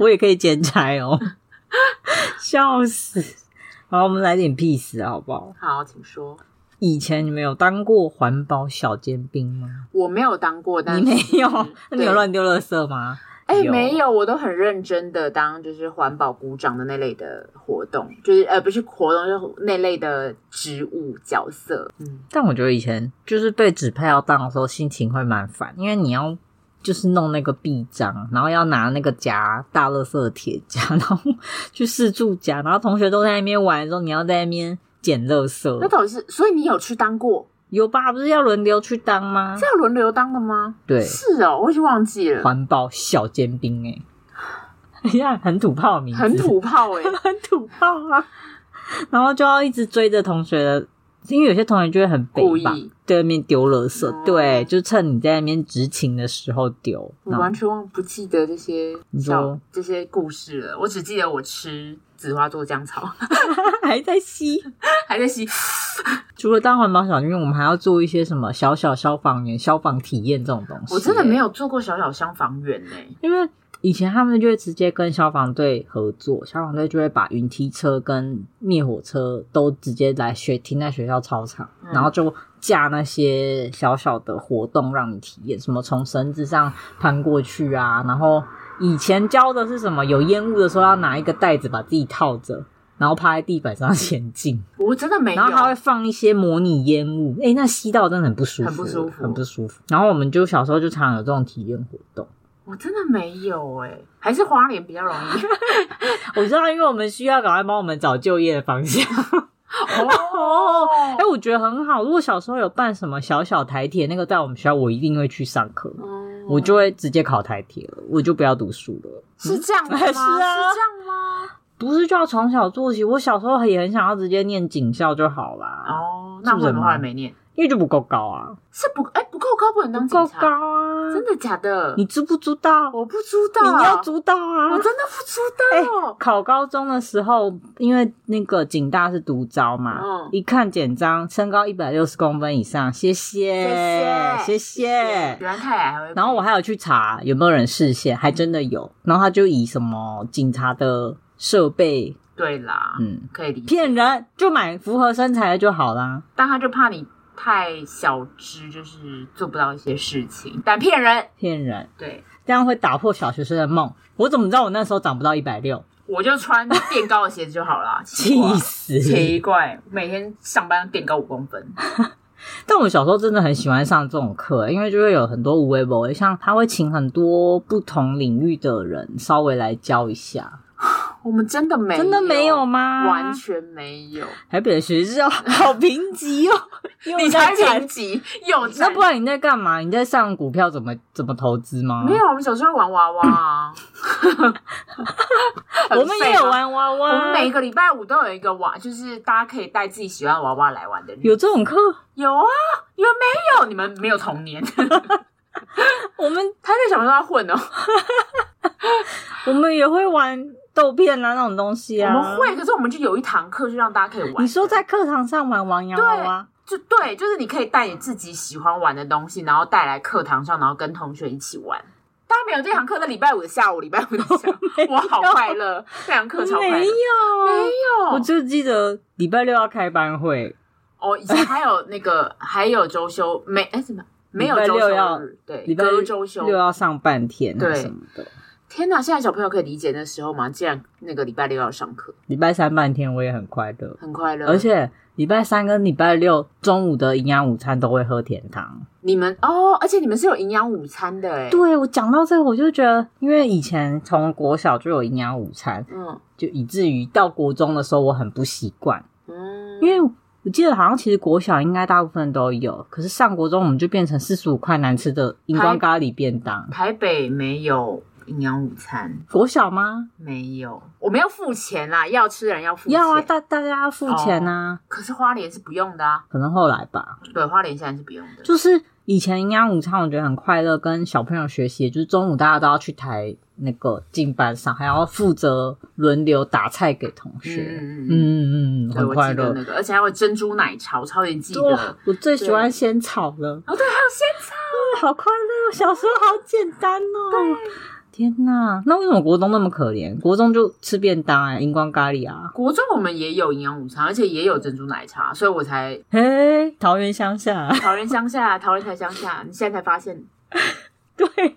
S1: 我也可以兼差哦， 笑死！好，我们来点屁事好不好？
S2: 好，请说。
S1: 以前你们有当过环保小尖兵吗？
S2: 我没有当过，但
S1: 你
S2: 是
S1: 没有
S2: 嗯？
S1: 那你有
S2: 对
S1: 乱丢垃圾吗？
S2: 哎、
S1: 有
S2: 没有，我都很认真的当就是环保鼓掌的那类的活动，就是呃不是活动，就是那类的职务角色。嗯，
S1: 但我觉得以前就是被指派要当的时候，心情会蛮烦，因为你要就是弄那个臂章，然后要拿那个夹大垃圾的铁夹， 然后去四处夹，然后同学都在那边玩的时候，你要在那边捡垃
S2: 那
S1: 圾。
S2: 到底是所以你有去当过？
S1: 有吧？不是要轮流去当吗
S2: 是？要轮流当的吗？
S1: 对，
S2: 是哦，我已经忘记了，
S1: 环保小尖兵哎、哎 呀，很土炮的名字，
S2: 很土炮哎、
S1: 很土炮啊！然后就要一直追着同学的，因为有些同学就会很 北
S2: 故
S1: 吧
S2: 意，
S1: 对那边丢垃圾，
S2: 哦
S1: 对，就趁你在那边执勤的时候丢。
S2: 我
S1: 然后
S2: 完全忘不记得这些
S1: 你
S2: 小
S1: 说
S2: 这些故事了，我只记得我吃紫花做姜草，
S1: 还在吸。
S2: 还在吸。
S1: 除了当环保小军，我们还要做一些什么小小消防员、消防体验这种东西。
S2: 我真的没，有做过小小消防员呢、
S1: 因为以前他们就会直接跟消防队合作，消防队就会把云梯车跟灭火车都直接来学停在学校操场，
S2: 嗯
S1: 然后就架那些小小的活动让你体验，什么从绳子上攀过去啊，然后以前教的是什么，有烟雾的时候要拿一个袋子把自己套着。然后趴在地板上 前进，
S2: 我真的没有
S1: 然。后它会放一些模拟烟雾，诶，那吸到真的很不舒服，
S2: 很不舒服
S1: 很不舒服。然后我们就小时候就常常有这种体验活动。
S2: 我真的没有哎、还是花脸比较容 易
S1: 我知道，因为我们需要赶快帮我们找就业的方向。
S2: 哦。
S1: 哎、我觉得很好。如果小时候有办什么小小台铁，那个在我们学校，我一定会去上课，
S2: 嗯
S1: 我就会直接考台铁了，我就不要读书了。
S2: 是这样的吗？
S1: 是啊
S2: 这样吗？
S1: 不是就要从小做起？我小时候也很想要直接念警校就好啦，
S2: 哦，那我怎么后来没念？
S1: 因为就不够高啊，
S2: 是不哎、不够高，不能当
S1: 不
S2: 警
S1: 够
S2: 察，
S1: 高啊！
S2: 真的假的？
S1: 你知不知道？
S2: 我不知道，
S1: 你要知道啊！哎
S2: 我真的不知道。
S1: 考高中的时候，因为那个警大是独招嘛，
S2: 嗯
S1: 一看简章，身高一百六十公分以上，谢谢
S2: 谢谢
S1: 谢
S2: 原来太矮还会被。
S1: 哎然后我还有去查有没有人视线，还真的有。然后他就以什么警察的设备，
S2: 对啦，
S1: 嗯，
S2: 可以理解。
S1: 骗人，就买符合身材的就好啦。
S2: 但他就怕你太小只，就是做不到一些事情，但骗人。
S1: 骗人，
S2: 对
S1: 这样会打破小学生的梦。我怎么知道我那时候长不到一百六？
S2: 我就穿垫高的鞋子就好 啦。奇
S1: 气
S2: 怪
S1: 死！
S2: 奇怪，每天上班垫高五公分，
S1: 但我小时候真的很喜欢上这种课，欸因为就会有很多无为博，像他会请很多不同领域的人稍微来教一下。
S2: 我们真的没
S1: 真的没有吗？
S2: 完全没有，
S1: 台北的学校 好贫瘠哦，
S2: 你才年级幼稚，
S1: 那不然你在干嘛？你在上股票怎么怎么投资吗？
S2: 没有，我们小时候玩娃娃 啊，很
S1: 我们也
S2: 废吗啊
S1: 有。玩啊娃
S2: 我
S1: 娃，
S2: 们每个礼拜五都有一个娃，就是大家可以带自己喜欢的娃娃来玩的日子。
S1: 有这种课，
S2: 有啊，你们没有，你们没有童年。
S1: 我们
S2: 台北小朋友都在混哦，
S1: 我们也会玩豆片啊那种东西啊。
S2: 我们会，可是我们就有一堂课，就让大家可以玩。
S1: 你说在课堂上玩王洋娃娃，
S2: 就对，就是你可以带你自己喜欢玩的东西，然后带来课堂上，然后跟同学一起玩。大家没有这堂课，在礼拜五的下午，礼拜五的下午， 我好快乐，这堂课超
S1: 没有，啊
S2: 快乐。没
S1: 我
S2: 有，
S1: 就记得礼拜六要开班会，
S2: 哦，以前还有那个，还有周休没？哎，怎么没有
S1: 礼拜
S2: 周
S1: 六
S2: 休
S1: 要
S2: 日？对，
S1: 礼拜
S2: 隔周休
S1: 六。要上半天啊
S2: 对
S1: 什么的。
S2: 天哪！现在小朋友可以理解那时候吗？竟然那个礼拜六要上课，
S1: 礼拜三半天我也很快乐，
S2: 很快乐。
S1: 而且礼拜三跟礼拜六中午的营养午餐都会喝甜汤。
S2: 你们哦，而且你们是有营养午餐的哎。，
S1: 对我讲到这个，我就觉得，因为以前从国小就有营养午餐，
S2: 嗯
S1: 就以至于到国中的时候我很不习惯，
S2: 嗯，
S1: 因为我记得好像其实国小应该大部分都有，可是上国中我们就变成四十五块难吃的荧光咖喱便当。
S2: 台北没有营养午餐，
S1: 国小吗？
S2: 没有，我们要付钱啦，要吃的人要付钱。哦
S1: 要啊，大大家要付钱啊，
S2: 可是花莲是不用的啊，
S1: 可能后来吧。
S2: 对，花莲现在是不用的。
S1: 就是以前营养午餐，我觉得很快乐，跟小朋友学习，就是中午大家都要去台那个进班上，还要负责轮流打菜给同学。
S2: 嗯
S1: 嗯嗯嗯，
S2: 对，
S1: 很
S2: 我
S1: 快
S2: 记得
S1: 乐。
S2: 那个，而且还有珍珠奶茶，我超级记得。
S1: 哇，我最喜
S2: 对
S1: 欢仙草了，
S2: 哦，对，还有仙草，
S1: 好快乐！小时候好简单哦。天呐，那为什么国中那么可怜？国中就吃便当啊，荧光咖喱啊。
S2: 国中我们也有营养午餐，而且也有珍珠奶茶，所以我才
S1: 嘿，桃园乡下，啊
S2: 桃园乡下，桃园才乡下，你现在才发现，
S1: 对，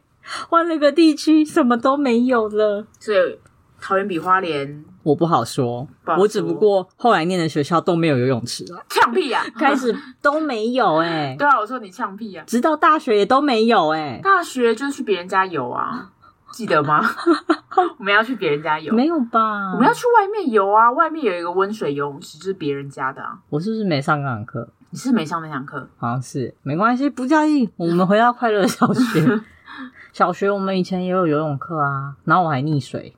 S1: 换了个地区，什么都没有了。
S2: 所以桃园比花莲
S1: 我不好说，
S2: 不好说
S1: 我只不过后来念的学校都没有游泳池啊，
S2: 呛屁啊！
S1: 开始都没有哎、
S2: 对啊，我说你呛屁啊！
S1: 直到大学也都没有哎、
S2: 大学就是去别人家游啊，记得吗？ 我们要去别人家游，
S1: 没有吧？
S2: 我们要去外面游啊，外面有一个温水游泳池，就是别人家的啊。
S1: 我是不是没上那堂课？
S2: 你是没上那堂课？
S1: 好像是，没关系，不介意。我们回到快乐小 学，小学我们以前也有游泳课啊，然后我还溺 水，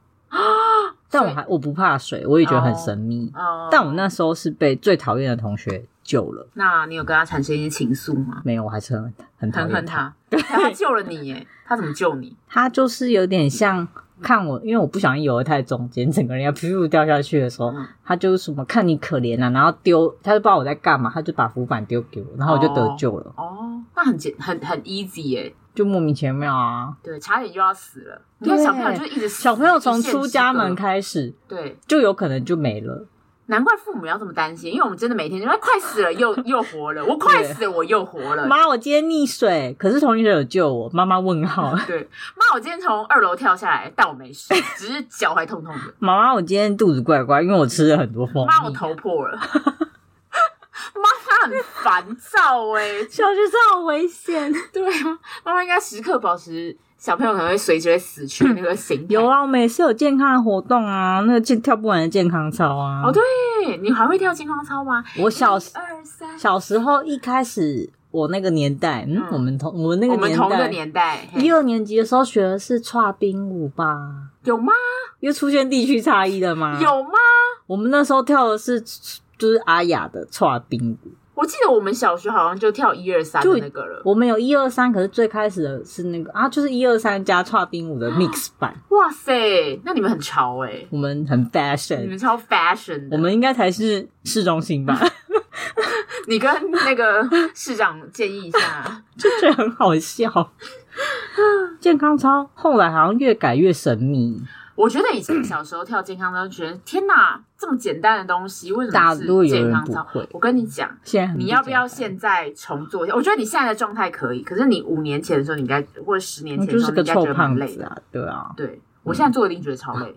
S1: 但我还我不怕水，我也觉得很神秘。
S2: 哦、
S1: 但我那时候是被最讨厌的同学救了，
S2: 那你有跟他产生一些情愫吗？
S1: 没有，我还是很很讨
S2: 很
S1: 厌
S2: 恨
S1: 他。
S2: 他，他救了你耶，他怎么救你？
S1: 他就是有点像看我，因为我不小心游得太中间，整个人要噗噗掉下去的时候，
S2: 嗯
S1: 他就是什么看你可怜啊，然后丢，他就不知道我在干嘛，他就把浮板丢给我，然后我就得救了，
S2: 哦，那很简很很 easy 耶，
S1: 就莫名其妙啊。
S2: 对，差点就要死了。你
S1: 对
S2: 看小朋友就一直死
S1: 小朋友从出家门，
S2: 一线
S1: 开始，
S2: 之隔对，
S1: 就有可能就没了。
S2: 难怪父母要这么担心，因为我们真的每天就哎快死了又又活了，我快死了我又活了。
S1: 妈，我今天溺水，可是同学有救我。妈妈问号，
S2: 对，妈，我今天从二楼跳下来，但我没事，只是脚还痛痛 的。
S1: 妈妈，我今天肚子怪怪，因为我吃了很多蜂
S2: 妈，我
S1: 蜜。
S2: 头破了。妈， 她很烦躁 哎、
S1: 小学生好危险。
S2: 对啊，妈妈应该时刻保持小朋友可能会随时会死去的那个心态。
S1: 有啊，我们也是有健康的活动啊，那个健跳不完的健康操啊。
S2: 哦，对，你还会跳健康操吗？
S1: 我小
S2: 一二 三，
S1: 小时候一开始，我那个年代，嗯，
S2: 嗯
S1: 我们同我那
S2: 我
S1: 个
S2: 们
S1: 年
S2: 同个
S1: 代，
S2: 年代嘿
S1: 一二年级的时候学的是跨冰舞吧？
S2: 有吗？
S1: 又出现地区差异了吗？，
S2: 有吗？
S1: 我们那时候跳的是就是阿雅的跨冰舞。
S2: 我记得我们小学好像就跳一二三的那个了。
S1: 我们有一二三，可是最开始的是那个啊，就是一二三加跨冰舞的
S2: 啊
S1: mix 版，
S2: 哇塞，那你们很潮哎、
S1: 我们很
S2: 你
S1: fashion，
S2: 们超 fashion 的。
S1: 我们应该才是市中 心吧，
S2: 你跟那 个市长建议一下，
S1: 就觉 得很好笑。健康操后来好像越改越神秘，
S2: 我觉得以前小时候跳健康操，觉得天哪，这么简单的东西，为什
S1: 大
S2: 么是
S1: 陆有
S2: 健
S1: 人
S2: 康
S1: 不
S2: 操
S1: 会？嗯
S2: 我跟你讲，
S1: 现在很
S2: 你要不要
S1: 简
S2: 现在重做一下？我觉得你现在的状态可以，可是你五年前的时候，你应该或者十年
S1: 单？我
S2: 前的
S1: 嗯就
S2: 时
S1: 是
S2: 候，你
S1: 个
S2: 应该
S1: 臭
S2: 觉得蛮
S1: 胖
S2: 累
S1: 子
S2: 的。
S1: 啊，对啊，
S2: 对我现在做一定觉得超累。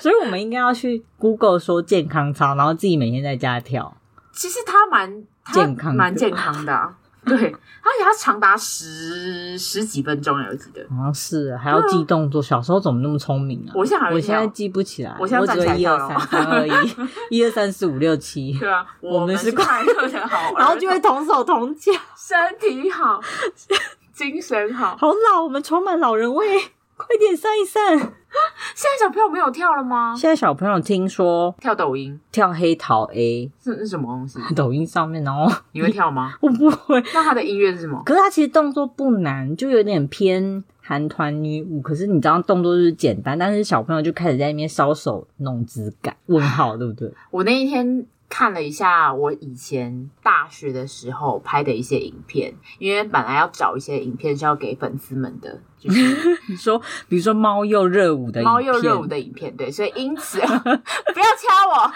S1: 所以我们应该要去 Google 说健康操，然后自己每天在家跳。
S2: 其实它蛮它
S1: 健康的
S2: 蛮健康的 啊、对，而且它长达十十几分钟欸耶，我记得。
S1: 好像是还要记动作，小时候怎么那么聪明
S2: 啊
S1: 啊？
S2: 我现在还会
S1: 我现在
S2: 跳
S1: 记不起来，
S2: 我现在
S1: 只
S2: 站起
S1: 会
S2: 来
S1: 一二
S2: 跳
S1: 三三 二一，一二三四五六七，
S2: 对啊，
S1: 我们
S2: 们
S1: 是
S2: 快乐的好儿童，
S1: 然后就会同手同脚，
S2: 身体好，精神好。
S1: 好老，我们充满老人味，快点散一散。
S2: 现在小朋友没有跳了吗？
S1: 现在小朋友听说
S2: 跳抖音
S1: 跳黑桃 A，
S2: 是是什么东西？
S1: 抖音上面，然后
S2: 你会跳吗？
S1: 我不会，
S2: 那它的音乐是什么？
S1: 可是它其实动作不难，就有点偏韩团女舞。可是你知道动作就是简单，但是小朋友就开始在那边搔首弄姿感，问号对不对？
S2: 我那一天看了一下我以前大学的时候拍的一些影片，因为本来要找一些影片是要给粉丝们的，就是
S1: 你说，比如说猫又热舞的
S2: 猫又热舞
S1: 影片，
S2: 的影片，对，所以因此 不要掐我，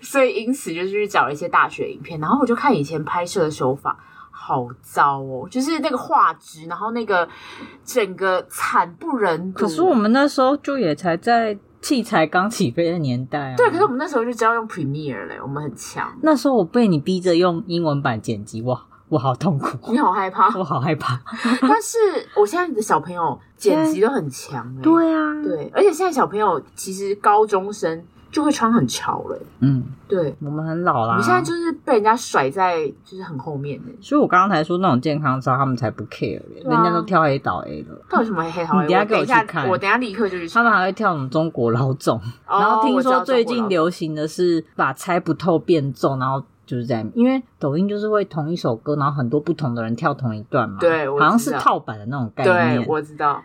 S2: 所以因此就是去找了一些大学影片，然后我就看以前拍摄的手法。好糟哦，就是那个画质，然后那个整个惨不忍睹。
S1: 可是我们那时候就也才在器材刚起飞的年代啊。
S2: 对，可是我们那时候就知道用 Premiere 嘞，我们很强。
S1: 那时候我被你逼着用英文版剪辑，哇，我好痛苦，
S2: 你好害怕，
S1: 我好害怕。
S2: 但是我现在的小朋友剪辑都很强、欸，
S1: 啊，
S2: 对，而且现在小朋友其实高中生就会穿很潮了、欸
S1: 嗯，
S2: 对，
S1: 我们很老
S2: 我
S1: 啦。
S2: 们现在就是被人家甩在就是很后面的、
S1: 所以我刚刚才说那种健康操，他们才不 care，、
S2: 啊
S1: 人家都跳 A 倒 A 了。
S2: 到底什么黑桃 A？
S1: 你等
S2: 我等一
S1: 一下给我
S2: 下
S1: 去看
S2: 我等一下立刻就去
S1: 他
S2: 穿。
S1: 们还会跳那种中国老总，
S2: 哦
S1: 然后听
S2: 我知道
S1: 说最近
S2: 中国
S1: 流行的是把猜不透变奏，然后就是在因为抖音就是会同一首歌，然后很多不同的人跳同一段嘛，
S2: 对我
S1: 好像是
S2: 知道
S1: 套版的那种概
S2: 老
S1: 念
S2: 对，。我知道，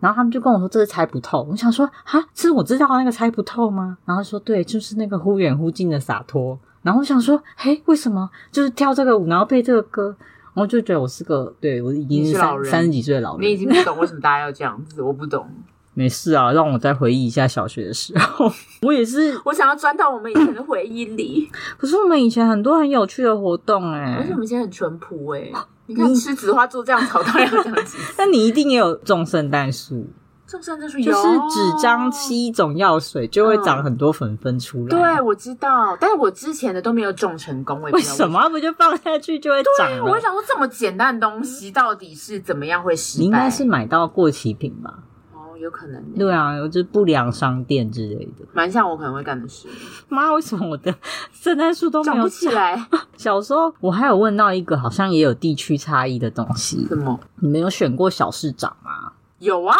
S1: 然后他们就跟我说这是猜不透，我想说啊，是我知道的那个猜不透吗？然后说对，就是那个忽远忽近的洒脱。然后我想说，嘿，为什么就是跳这个舞，然后配这个歌？然后就觉得我是个对我已经
S2: 你
S1: 是
S2: 是老
S1: 三
S2: 人
S1: 三十几岁的老
S2: 你已
S1: 人，
S2: 经不懂为什么大家要这样子，我不懂。
S1: 没事啊，让我再回忆一下小学的时候， 我也是。
S2: 我想要钻到我们以前的回忆里，
S1: 可是我们以前很多很有趣的活动哎、
S2: 而且我们现在很淳朴哎、 你看吃紫花做这样草，当然要这样子。
S1: 那你一定也有种圣诞树，
S2: 种山这树
S1: 就是纸张吸一种药水就会长
S2: 嗯
S1: 很多粉粉出来。
S2: 啊对，我知道，但是我之前的都没有种成功，我也不
S1: 为
S2: 知道
S1: 什？么它不就放下去就会长
S2: 对，
S1: 了？
S2: 我想说这么简单的东西到底是怎么样会失败？
S1: 你应该是买到过期品吧？
S2: 哦，有可能，
S1: 对，啊，就是不良商店之类的。
S2: 蛮像我可能会干的事，
S1: 妈，为什么我的圣诞树都没
S2: 长不
S1: 有
S2: 起？来，
S1: 小时候我还有问到一个好像也有地区差异的东西，
S2: 什么？
S1: 你们有选过小市长吗？
S2: 有啊，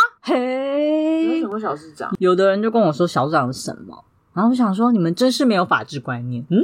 S2: 有
S1: 嘿
S2: 什，么小市长？
S1: 有的人就跟我说小市长是什么，然后我想说你们真是没有法治观念，嗯，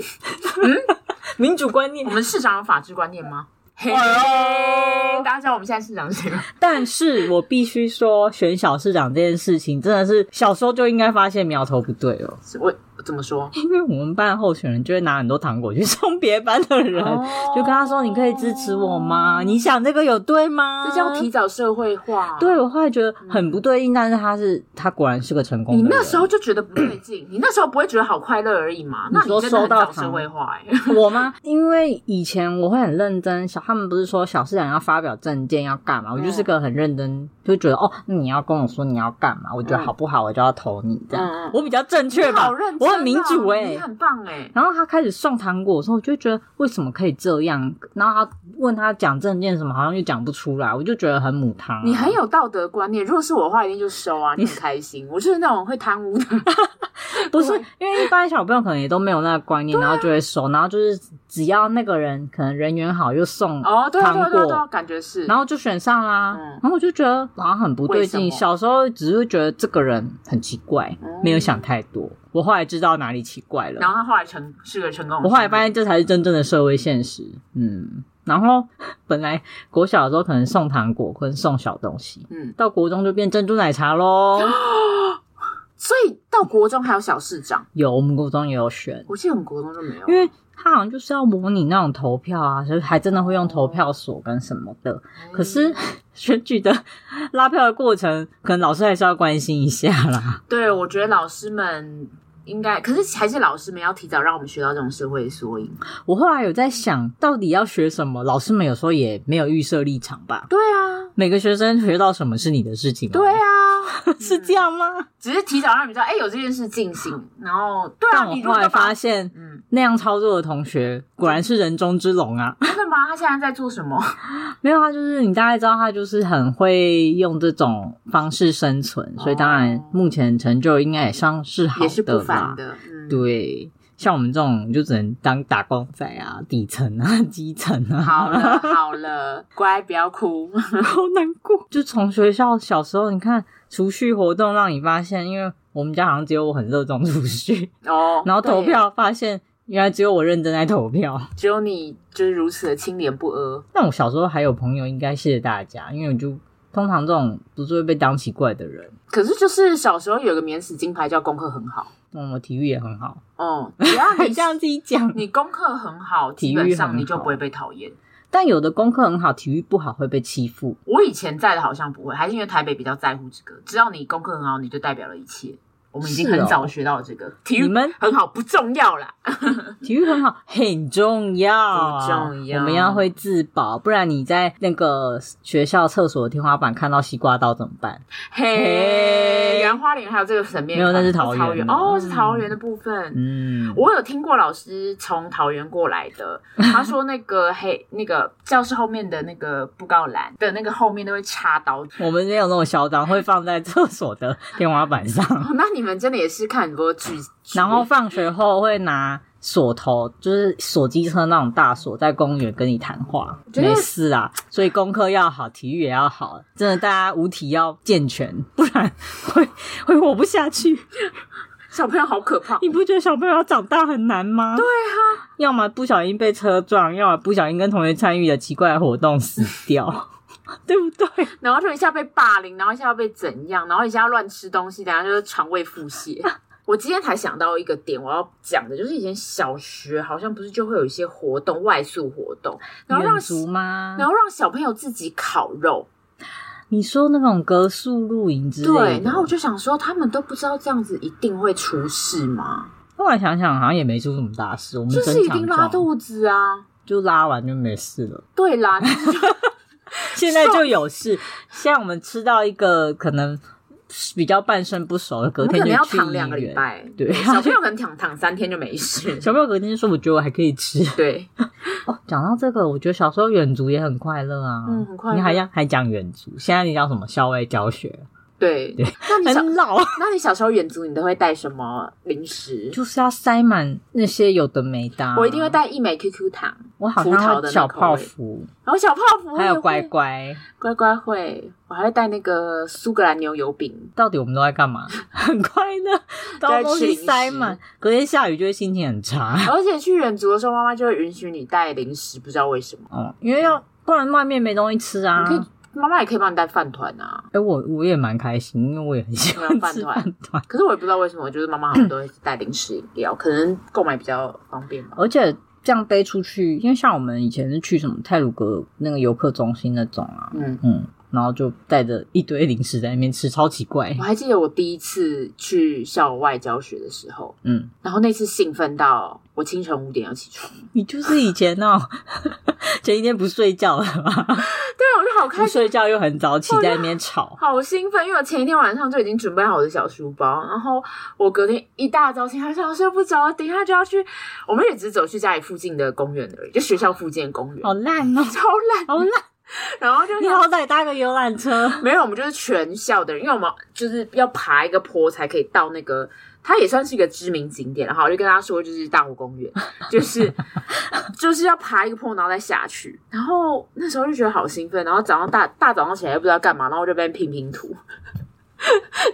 S1: 民主观念
S2: 我。们市长有法治观念吗？嘿
S1: 哎呦
S2: 大家知道我们现在市长是谁吗？
S1: 但是我必须说，选小市长这件事情真的是小时候就应该发现苗头不对了。
S2: 是我怎么 说？
S1: 因为我们班候选人就会拿很多糖果去送别班的人，
S2: 哦
S1: 就跟他说：“你可以支持我吗？你想这个有对吗？”
S2: 这叫提。早社会化。
S1: 对，我后来觉得很不对劲，但是他是他果然是个成功的
S2: 你
S1: 人。
S2: 那时候就觉得不对劲，你那时候不会觉得好快乐而已嘛？那
S1: 你说
S2: 真的
S1: 收
S2: 很
S1: 到
S2: 早
S1: 糖
S2: 社会化哎。
S1: 我吗？因为以前我会很认真，小他们不是说小市长要发表证件要干嘛，我
S2: 嗯
S1: 就是个很认真，就觉得哦，那你要跟我说你要干嘛，我觉
S2: 嗯
S1: 得好不好，我就要投你这 样。
S2: 嗯嗯
S1: 我比较正确
S2: 你
S1: 吧，
S2: 好认真、啊
S1: 我很民主哎、
S2: 你很棒哎、
S1: 然后他开始送糖果的时候，我就觉得为什么可以这样？然后他问他讲证件什么，好像又讲不出来，我就觉得很母汤啊、
S2: 你很有道德观念，如果是我的话，一定就收嗯啊，你很开心。我就是那种会贪 污的，
S1: 不是
S2: 对
S1: 因为一般小朋友可能也都没有那个观
S2: 啊
S1: 念，然后就会收，然后就是只要那个人可能人缘好就送，
S2: 哦，对啊对啊对
S1: 糖
S2: 啊
S1: 果
S2: 对啊，感觉是。
S1: 然后就选上啦。
S2: 嗯
S1: 然后我就觉得好像很不对劲，
S2: 为什么
S1: 小时候只是觉得这个人很奇怪，
S2: 嗯
S1: 没有想太多。我后来知道哪里奇怪了，
S2: 然后他后来成是个成功的商人，
S1: 我后来发现这才是真正的社会现实。嗯，然后本来国小的时候可能送糖果跟送小东西，
S2: 嗯
S1: 到国中就变珍珠奶 茶喽。
S2: 所以到国中还有小市长，
S1: 有我们国中也有选，
S2: 我记得我们国中就没有，
S1: 因为它好像就是要模拟那种投票啊，所以还真的会用投票所跟什么的。可
S2: 嗯
S1: 是 选举的拉票的过程，可能老师还是要关心一下啦。
S2: 对，我觉得老师们应该，可是还是老师们要提早让我们学到这种社会缩影。
S1: 我后来有在想，到底要学什么？老师们有时候也没有预设立场吧。
S2: 对啊，
S1: 每个学生学到什么是你的事情、
S2: 对，啊，
S1: 是这样 吗？
S2: 只是提早让你们知道，哎、有这件事进行，然后对啊，
S1: 但我
S2: 你如
S1: 后
S2: 果
S1: 来
S2: 把
S1: 发，现，
S2: 嗯，
S1: 那样操作的同学果然是人中之龙啊！
S2: 真的吗？他现在在做什么？
S1: 没有，他啊就是你大概知道他就是很会用这种方式生存，所以当然目前成就应该也算是好
S2: 也是不
S1: 的
S2: 凡
S1: 啦。
S2: 的，嗯，。
S1: 对，像我们这种就只能当打工仔啊，底层啊， 基层啊，
S2: 好了好了，乖，不要 哭。
S1: 好难过。就从学校小时候，你看储蓄活动让你发现，因为我们家好像只有我很热衷储蓄，
S2: 哦，
S1: 然后投
S2: 对
S1: 票发现原来只有我认真在投票。
S2: 只有你就是如此的清廉不阿。
S1: 但我小时候还有朋友，应该谢谢大家，因为我就通常这种不是会被当奇怪的人。
S2: 可是就是小时候有个免死金牌叫功课很好，
S1: 嗯，我体育也很好，
S2: 哦，只要你
S1: 这样自己讲。
S2: 你功课很好，
S1: 体
S2: 基
S1: 育
S2: 本
S1: 很
S2: 上你就
S1: 好
S2: 不会被讨厌。
S1: 但有的功课很好，体育不好会被欺负。
S2: 我以前在的好像不会，还是因为台北比较在乎这个，只要你功课很好，你就代表了一切。我们已经
S1: 是哦
S2: 很早学到了这个，体育
S1: 你们
S2: 很好不重要啦。
S1: 体育很好很重要，
S2: 不重要
S1: 我们要会自保，不然你在那个学校厕所的天花板看到西瓜刀怎么办？
S2: 嘿，原来花莲还有这个神面
S1: 没有
S2: 馆
S1: 那是
S2: 桃
S1: 桃园
S2: 园
S1: 的
S2: 哦，是桃园的部分。
S1: 嗯，
S2: 我有听过老师从桃园过来 的，他说那个黑那个教室后面的那个布告栏的那个后面都会插刀。
S1: 我们没有那么嚣张，会放在厕所的天花板上。
S2: 哦，那你们真的也是看很多剧，剧
S1: 然后放学后会拿锁头，就是锁机车那种大锁，在公园跟你谈话，
S2: 觉得
S1: 没事啊。所以功课要好，体育也要好，真的大家五体要健全，不然会会活不下去。
S2: 小朋友好可怕。
S1: 你不觉得小朋友要长大很难吗？对啊，要么不小心被车撞，要么不小心跟同学参与的奇怪的活动死掉， 对不对？
S2: 然后就一下被霸凌，然后一下被怎样，然后一下乱吃东西，等下就是肠胃腹泻。 我今天才想到一个点，我要讲的就是以前小学好像不是就会有一些活动，外宿活动，然后让
S1: 远足吗？
S2: 然后让小朋友自己烤肉，
S1: 你说那种格数露营之类的，
S2: 对，然后我就想说，他们都不知道这样子一定会出事吗？
S1: 后来想想好像也没出什么大事，我们
S2: 就是
S1: 正
S2: 一
S1: 常
S2: 定拉
S1: 状
S2: 肚子啊，
S1: 就拉完就没事了。
S2: 对啦，就是就
S1: 现在就 有事，现在我们吃到一个可能比较半生不熟的，
S2: 我
S1: 隔
S2: 们
S1: 天
S2: 可能
S1: 就
S2: 要
S1: 去
S2: 躺两个
S1: 医
S2: 礼
S1: 院。
S2: 拜，
S1: 对
S2: 小朋友可能躺躺三天就没 事，
S1: 小朋友隔天就说：“我觉得我还可以吃。
S2: 对，”
S1: 哦，讲到这个，我觉得小时候远足也很快乐啊，
S2: 嗯很快乐
S1: 你还要还讲远足，现在你讲什么校外教学，
S2: 对，那你小
S1: 很老，
S2: 那你小时候远足，你都会带什么零食？
S1: 就是要塞满那些有的没的啊。
S2: 我一定会带益美 QQ 糖，
S1: 我好
S2: 葡萄
S1: 像
S2: 的
S1: 会
S2: 那
S1: 小
S2: 口
S1: 泡
S2: 味
S1: 芙，
S2: 然后小泡芙
S1: 还
S2: 我也
S1: 有
S2: 会
S1: 乖乖。
S2: 乖乖会，我还会带那个苏格兰牛油饼。
S1: 到底我们都在干嘛？ 很快乐，把东西塞满，隔天下雨就会心情很差。
S2: 而且去远足的时候，妈妈就会允许你带零食，不知道为什么。
S1: 哦，因为要不然外面没东西吃啊。
S2: 你可以，妈妈也可以帮你带饭团啊。
S1: 哎、我我也蛮开心，因为我也很喜欢
S2: 没有
S1: 吃
S2: 饭团
S1: 饭团，
S2: 可是我也不知道为什么，我觉得妈妈好像都会带零食饮料，可能购买比较方便吧。
S1: 而且这样背出去，因为像我们以前是去什么泰鲁阁那个游客中心那种啊，
S2: 嗯，
S1: 嗯，然后就带着一堆零食在那边吃，超奇怪
S2: 我。还记得我第一次去校外教学的时候，
S1: 嗯，
S2: 然后那次兴奋到我清晨五点要起床。
S1: 你就是以前哦，前一天不睡觉了吧？
S2: 对啊，我就好开
S1: 不
S2: 心。
S1: 睡觉又很早起，在那边吵。
S2: 好兴奋，因为我前一天晚上就已经准备好我的小书包，然后我隔天一大早起来，想睡不着，等一下就要去，我们也只走去家里附近的公园而已，就学校附近的公园，
S1: 好烂哦，
S2: 超烂，
S1: 好烂！
S2: 然后就
S1: 你好歹搭个游览车。
S2: 没有，我们就是全校的人，因为我们就是要爬一个坡才可以到那个，它也算是一个知名景点。然后我就跟他说，就是大湖公 园，就是就是要爬一个坡，然后再下去。然后那时候就觉得好兴奋，然后早上大大早上起来又不知道干嘛，然后我就在那边拼拼图。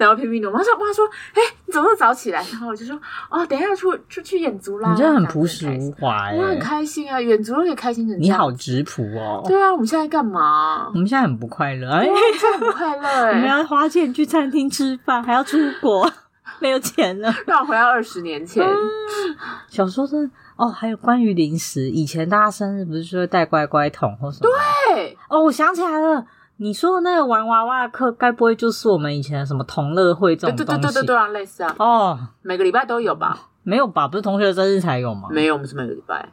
S2: 然后拼拼图，我妈说：“我妈说，哎、你怎么那么早起来？”然后我就说：“哦，等一下出出去演足啦。”
S1: 你真的很
S2: 这样子
S1: 朴实
S2: 开
S1: 无
S2: 心，
S1: 华哎、
S2: 我很开心啊，远足都可以开心成这
S1: 你
S2: 样。
S1: 好直朴哦。
S2: 对啊，我们现在干嘛
S1: 我？们现在很不快乐，哎、
S2: 哇真的很快乐、欸。
S1: 我们要花钱去餐厅吃饭，还要 出国，没有钱了。
S2: 让我回到二十年前，
S1: 小时候真的哦，还有关于零食，以前大家生日不是说带乖乖桶或什么？对。
S2: 对，
S1: 哦，我想起来了，你说的那个玩娃娃的课，该不会就是我们以前的什么同乐会这
S2: 对
S1: 种
S2: 对
S1: 东西？
S2: 对对对对啊，类似啊，
S1: 哦，
S2: 每个礼拜都有吧？
S1: 没有吧？不是同学生日才有吗？
S2: 没有，我们是每个礼拜，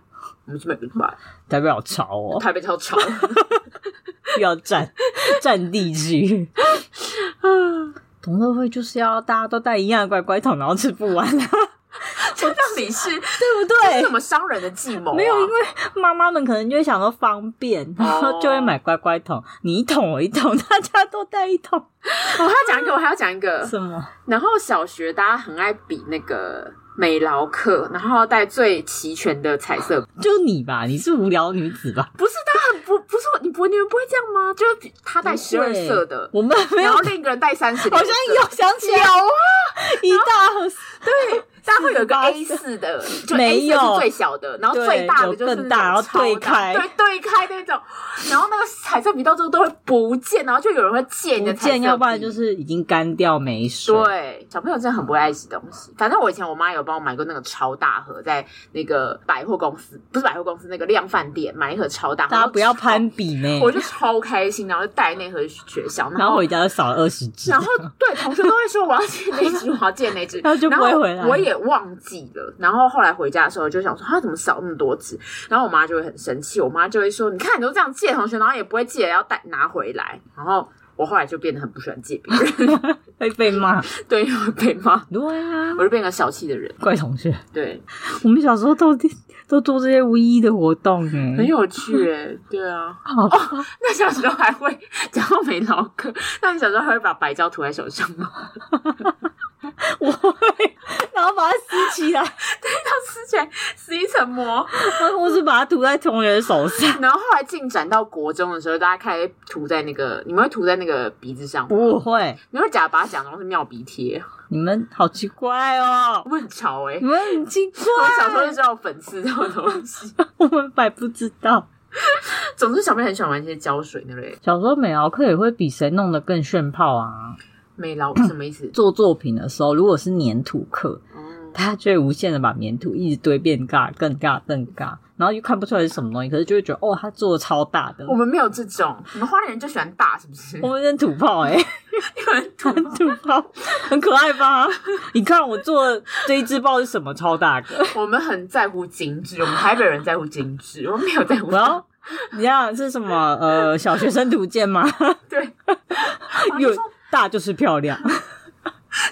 S2: 我们是每个礼拜，
S1: 代表潮哦，
S2: 台北超吵。
S1: 要占占 地区。同乐会就是要大家都带一样的乖乖桶，然后吃不完，对
S2: 这到底 是
S1: 不
S2: 这是
S1: 对
S2: 什？么商人的计谋啊？
S1: 没有，因为妈妈们可能就会想说方便，然后就会买乖乖桶，你一桶我一桶，大家都带一桶。
S2: 我哦还要讲一 个，我还要讲一个。
S1: 什么？
S2: 然后小学大家很爱比那个美劳课，然后要带最齐全的彩色。
S1: 就你吧，你是无聊女子吧？
S2: 不是，大家很不不是你不你们不会这样吗？就是他带十二
S1: 不会
S2: 色的，
S1: 我们没
S2: 然
S1: 有
S2: 后另一个人带三十。
S1: 好像有想起
S2: 有
S1: 来
S2: 啊，
S1: 一大盒，
S2: 大家会有一个
S1: 48
S2: A 四 的，就 A
S1: 没
S2: 四
S1: 有
S2: 是最小的，然后
S1: 对
S2: 最大的就是
S1: 有更大
S2: 那种
S1: 然后对
S2: 超
S1: 开
S2: 对对开那种，然后那个彩色笔到最后都会不见，然后就有人会借你
S1: 不
S2: 的彩色
S1: 见，
S2: 笔，
S1: 要不然就是已经干掉没水。
S2: 对，小朋友真的很不爱惜东西。反正我以前我妈有帮我买过那个超大盒，在那个百货公司，不是百货公司那个量贩店买一盒超大盒，
S1: 大家不要攀
S2: 我
S1: 比呢
S2: 就超，。我就超开心，然后就带那盒去学校，
S1: 然
S2: 然
S1: 后
S2: 后
S1: 回家就少了二十只
S2: 然， 后对同学都会说我要借那一只，我要借那一只，
S1: 然后就不会回来
S2: 然后我也忘记了，然后后来回家的时候就想说，他啊怎么少那么多只？然后我妈就会很生气，我妈就会说，你看你都这样借同学，然后也不会借要带拿回来，然后。我后来就变得很不喜欢借别人，
S1: 会被骂。
S2: 对，因为会被骂。
S1: 对啊，
S2: 我就变个小气的人，
S1: 怪同学，
S2: 对，
S1: 我们小时候都都做这些无意义的活动
S2: 很
S1: 哎，
S2: 有趣哎、对 啊，
S1: 好
S2: 那小时候还会讲到美劳课，那你小时候还会把白胶涂在手上吗？
S1: 我会，然后把它撕起来，
S2: 要撕起来撕一层膜，
S1: 或是把它涂在同学的手 上。
S2: 然后后来进展到国中的时候，大家开始涂在那个，你们会涂在那个鼻子上吗？
S1: 不会，
S2: 你会假把它讲成是尿鼻贴，
S1: 你们好奇怪哦，
S2: 我很潮 哎、
S1: 你们很奇怪。
S2: 我小时候就知道粉刺这种东西。
S1: 我们百不知道，
S2: 总之，小朋友很喜欢玩一些胶水那类
S1: 小时候美劳课也会比谁弄得更炫炮啊。
S2: 美劳， 什么意思？
S1: 做作品的时候，如果是粘土课，
S2: 哦，
S1: 他就会无限的把粘土一直堆变尬，更尬，更尬，然后又看不出来是什么东西，可是就会觉得哦，他做的超大的
S2: 我，们没有这种，你们花莲人就喜欢大，是不是？
S1: 我 们扔土炮哎、欸，
S2: 有人涂
S1: 土炮很可爱吧？你看我做的这一只豹是什么超大个，
S2: 我们很在乎精致，我们台北人在乎精致，我们没有在乎。
S1: 我要。你看是什么？呃，小学生图鉴
S2: 哦
S1: 吗？
S2: 对，
S1: 有
S2: 有
S1: 大就是漂 亮。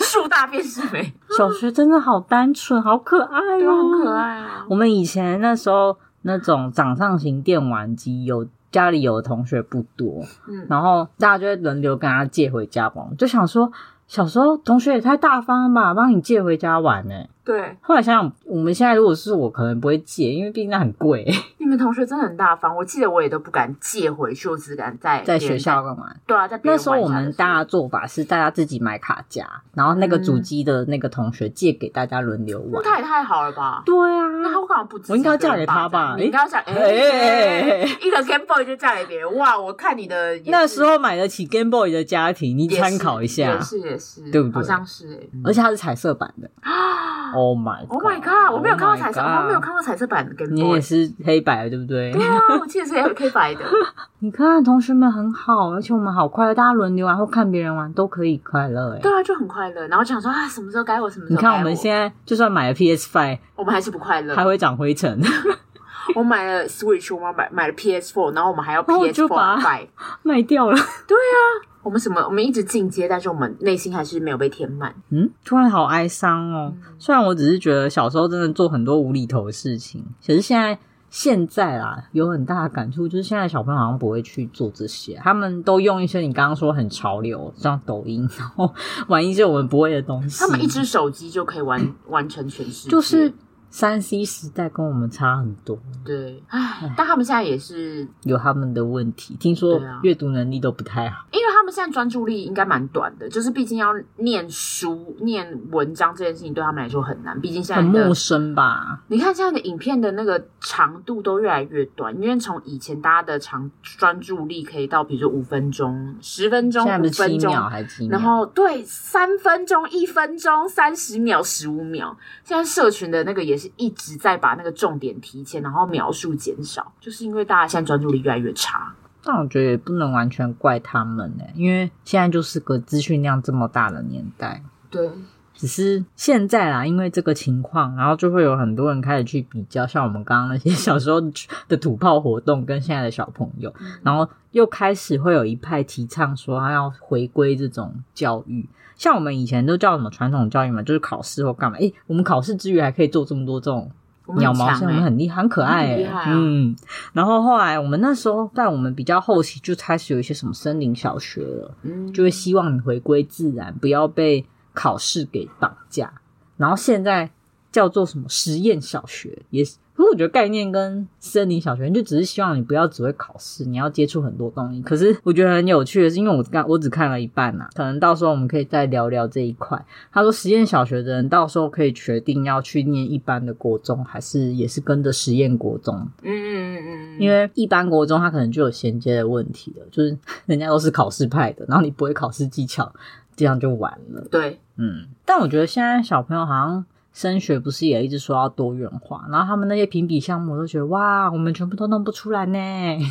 S2: 树大便是美，
S1: 小学真的好单纯，好可爱
S2: 对啊，
S1: 哦，
S2: 很可爱啊。
S1: 我们以前那时候那种掌上型电玩机有。家里有的同学不多，
S2: 嗯
S1: 然后大家就会轮流跟他借回家玩。就想说，小时候同学也太大方了吧，帮你借回家玩呢、
S2: 对，
S1: 后来想想，我们现在如果是我，可能不会借，因为毕竟那很贵、
S2: 你们同学真的很大方，我记得我也都不敢借回去，我只敢在
S1: 在
S2: 别人
S1: 学校干嘛？
S2: 对啊，在别
S1: 那
S2: 人
S1: 时候我们大家
S2: 家
S1: 做法是大家自己买卡夹，然后那个主
S2: 嗯
S1: 机的那个同学借给大家轮流
S2: 那
S1: 玩。
S2: 他也太好了吧？
S1: 对啊，
S2: 那他干嘛不自己
S1: 我应该要嫁给
S2: 跟爸
S1: 他吧
S2: 爸你应该要嫁，哎
S1: 哎哎哎哎
S2: 一个 Game Boy 就嫁给别人，哇！我看你的也是
S1: 那时候买得起 Game Boy 的家庭，你
S2: 也是
S1: 参考一下。
S2: 也是也是，
S1: 对不对
S2: 好像是哎嗯
S1: 而且它是彩色版的。
S2: 啊
S1: Oh my
S2: ，Oh my god！我没有看过彩色，
S1: Oh my
S2: 我
S1: god
S2: 没有看过彩色版的 Game
S1: 你
S2: Boy
S1: 也。是黑白的，对不对？
S2: 对啊，我记得是 F K 白的。
S1: 你看同学们很好，而且我们好快乐，大家轮流玩或看别人玩都可以快乐哎
S2: 对。啊，就很快乐。然后就想说啊，什么时候该我，什么时
S1: 你
S2: 候该
S1: 看我们现在就算买了 PS Five，
S2: 我们还是不快乐。
S1: 还会长 灰尘，
S2: 我买了 Switch，我买买了 PS4，然后我们还要
S1: 然后我就
S2: PS4
S1: 把
S2: 买。
S1: 卖掉了。
S2: 我们什么？我们一直进阶，但是我们内心还是没有被填满。
S1: 嗯，突然好哀伤
S2: 嗯
S1: 哦。虽然我只是觉得小时候真的做很多无厘头的事情，可是现在现在啦，有很大的感触，就是现在小朋友好像不会去做这些，他们都用一些你刚刚说很潮流，像抖音，然后玩一些我们不会的东西。
S2: 他们一只手机就可以完完成全世界，
S1: 嗯就是三 C 时代跟我们差很多，
S2: 对。唉，但他们现在也是，
S1: 有他们的问题。听说
S2: 对啊
S1: 阅读能力都不太好，
S2: 因为他们现在专注力应该蛮短的，就是毕竟要念书、念文章这件事情对他啊们来说很难，毕竟现在
S1: 很
S2: 的
S1: 陌生吧？
S2: 你看现在的影片的那个长度都越来越短，因为从以前大家的长专注力可以到比如说五分钟、十分钟
S1: 现在、不
S2: 啊五
S1: 是七
S2: 分钟，
S1: 秒还是几秒？
S2: 然后对三分钟、一分钟、三十秒、十五秒，现在社群的那个也是一直在把那个重点提前，然后描述减少，就是因为大家现在专注力越来越差。
S1: 但我觉得也不能完全怪他们呢、因为现在就是个资讯量这么大的年代。
S2: 对，
S1: 只是现在啦，因为这个情况，然后就会有很多人开始去比较，像我们刚刚那些小时候 的土炮活动跟现在的小朋友，然后又开始会有一派提倡说他要回归这种教育，像我们以前都叫什么传统教育嘛，就是考试或干嘛，诶，我们考试之余还可以做这么多这种
S2: 我们
S1: 鸟
S2: 很
S1: 毛
S2: 强
S1: 线，我们
S2: 欸
S1: 很厉害，很可爱、
S2: 很
S1: 欸，
S2: 厉害啊
S1: 嗯。然后后来我们那时候在我们比较后期就开始有一些什么森林小学了，
S2: 嗯，
S1: 就会希望你回归自然，不要被考试给绑架。然后现在叫做什么实验小学，也是，可是我觉得概念跟森林小学就只是希望你不要只会考试，你要接触很多东西。可是我觉得很有趣的是，因为我刚我只看了一半呐、可能到时候我们可以再聊聊这一块。他说实验小学的人到时候可以决定要去念一般的国中，还是也是跟着实验国中。
S2: 嗯嗯嗯嗯，
S1: 因为一般国中他可能就有衔接的问题了，就是 人家都是考试派的，然后你不会考试技巧，这样就完了。
S2: 对，
S1: 嗯，但我觉得现在小朋友好像升学不是也一直说要多元化，然后他们那些评比项目，我都觉得哇，我们全部都弄不出来呢。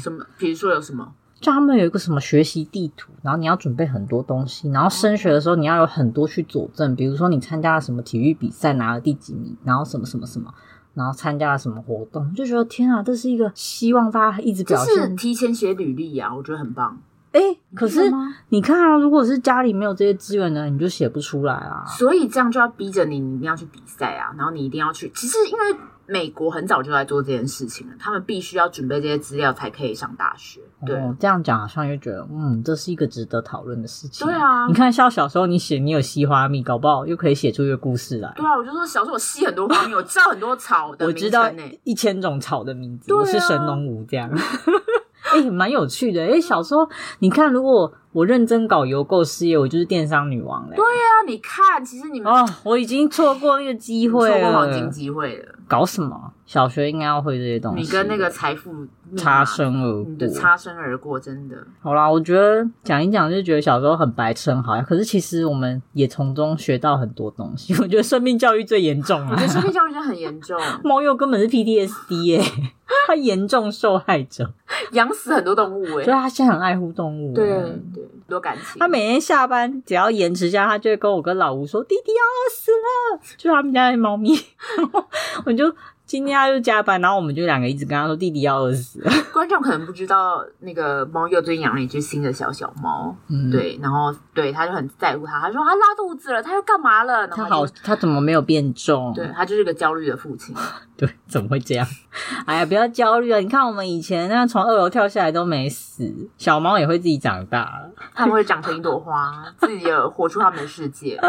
S2: 什么，比如说有什么，
S1: 就他们有一个什么学习地图，然后你要准备很多东西，然后升学的时候你要有很多去佐证，比如说你参加了什么体育比赛拿了第几名，然后什么什么什么。然后参加了什么活动，就觉得天啊，这是一个希望大家一直
S2: 就
S1: 表
S2: 是
S1: 现
S2: 提前写履历啊，我觉得很棒。
S1: 哎、可是
S2: 真的吗
S1: 你看啊，如果是家里没有这些资源的，你就写不出来啊。
S2: 所以这样就要逼着你，你一定要去比赛啊，然后你一定要去。其实因为美国很早就在做这件事情了，他们必须要准备这些资料才可以上大学。对，
S1: 哦，这样讲好像又觉得，嗯，这是一个值得讨论的事情。
S2: 对啊
S1: 你看，像小时候你写你有西花蜜，搞不好又可以写出一个故事来。
S2: 对啊，我就说小时候我吸很多方面，我知道很多草的
S1: 我
S2: 名
S1: 知
S2: 称欸
S1: 道
S2: 呢、
S1: 一千种草的名字，
S2: 对啊
S1: 我是神农吴这样。哎、蛮有趣的。哎、小时候你看，如果我认真搞邮购事业，我就是电商女王嘞。对
S2: 对啊，你看，其实你们
S1: 哦，我已经错过那个机
S2: 你错
S1: 会
S2: 过
S1: 了。
S2: 黄金机会了，
S1: 搞什么？小学应该要会这些东西。
S2: 你跟那个财富密码
S1: 擦，身而
S2: 你
S1: 过
S2: 的。擦身而过，真的。
S1: 好啦，我觉得讲一讲就觉得小时候很白痴，很好呀。可是其实我们也从中学到很多东西。我 觉得生命教育最严重
S2: 我觉得
S1: 啊，
S2: 生命教育真的很严重，
S1: 猫鼬根本是 PTSD 耶、 他严重受害者，
S2: 养死很多动物哎、
S1: 所以他现在很爱护动物。
S2: 对对，很多感情。
S1: 嗯他每天下班只要延迟下，他就会跟我跟老吴说：“弟弟要饿死了。”就是他们家的猫咪， 然后我就今天他就加班，然后我们就两个一直跟他说：“弟弟要饿死了。
S2: 观众可能不知道，那个猫又最近养了一只新的小小猫，”
S1: 嗯，
S2: 对，然后对他就很在乎它，他说他啊拉肚子了，他又干嘛了？然后
S1: 他
S2: 就
S1: 好，他怎么没有变重？
S2: 对他就是个焦虑的父亲，
S1: 对，怎么会这样？哎呀，不要焦虑啊！你看我们以前那从二楼跳下来都没死，小猫也会自己长大了。
S2: 他们会长成一朵 花，自己也活出他们的世界。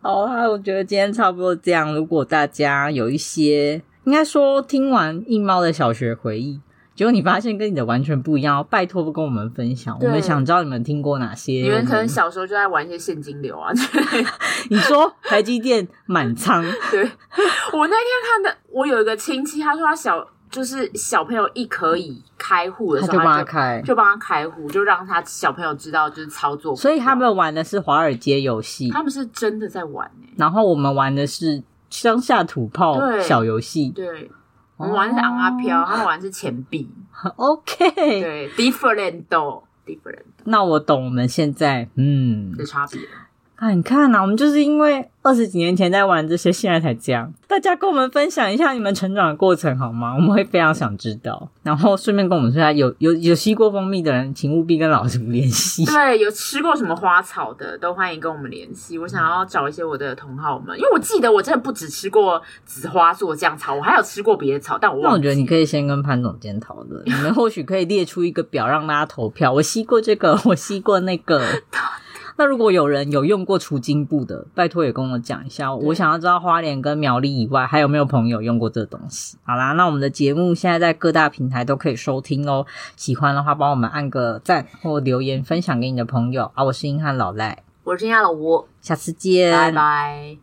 S1: 好啦，我觉得今天差不多这样。如果大家有一些，应该说听完一猫的小学回忆，结果你发现跟你的完全不一样哦，拜托不跟我们分享，我
S2: 对
S1: 们想知道你们听过哪些。
S2: 你们可
S1: 我
S2: 能小时候就在玩一些现金流啊，对。
S1: 你说台积电 满仓，
S2: 对我那天看的，我有一个亲戚，他说他小就是小朋友一可以开户的
S1: 他
S2: 时候，
S1: 就帮
S2: 他
S1: 他开。
S2: 就帮他开户，就让他小朋友知道就是操作股票。
S1: 所以他们玩的是华尔街游戏，
S2: 他们是真的在玩哎、
S1: 然后我们玩的是乡下土炮
S2: 对
S1: 小游戏。
S2: 对。
S1: 哦
S2: 我们玩的是昂阿啊飘，他们玩的是钱币，
S1: OK，
S2: 对，different different
S1: 那我懂我们现在，嗯
S2: 的，差别。
S1: 啊，你看呐、我们就是因为二十几年前在玩这些，现在才这样。大家跟我们分享一下你们成长的过程好吗？我们会非常想知道。然后顺便跟我们说一下，有有有吸过蜂蜜的人，请务必跟老师 联系。
S2: 对，有吃过什么花草的，都欢迎跟我们联系。我想要找一些我的同好们，因为我记得我真的不只吃过紫花做酱草，我还有吃过别的草，但我
S1: 那我
S2: 忘
S1: 觉
S2: 记。
S1: 得你可以先跟潘总监讨论，你们或许可以列出一个表让大家投票。我吸过这个，我吸过那个，那如果有人有用过除菌布的，拜托也跟我讲一下，我想要知道花莲跟苗栗以外还有没有朋友用过这东西。好啦，那我们的节目现在在各大平台都可以收听哦。喜欢的话，帮我们按个赞或留言分享给你的朋友啊！我是硬汉老赖，
S2: 我是亚老吴，
S1: 下次见，
S2: 拜拜。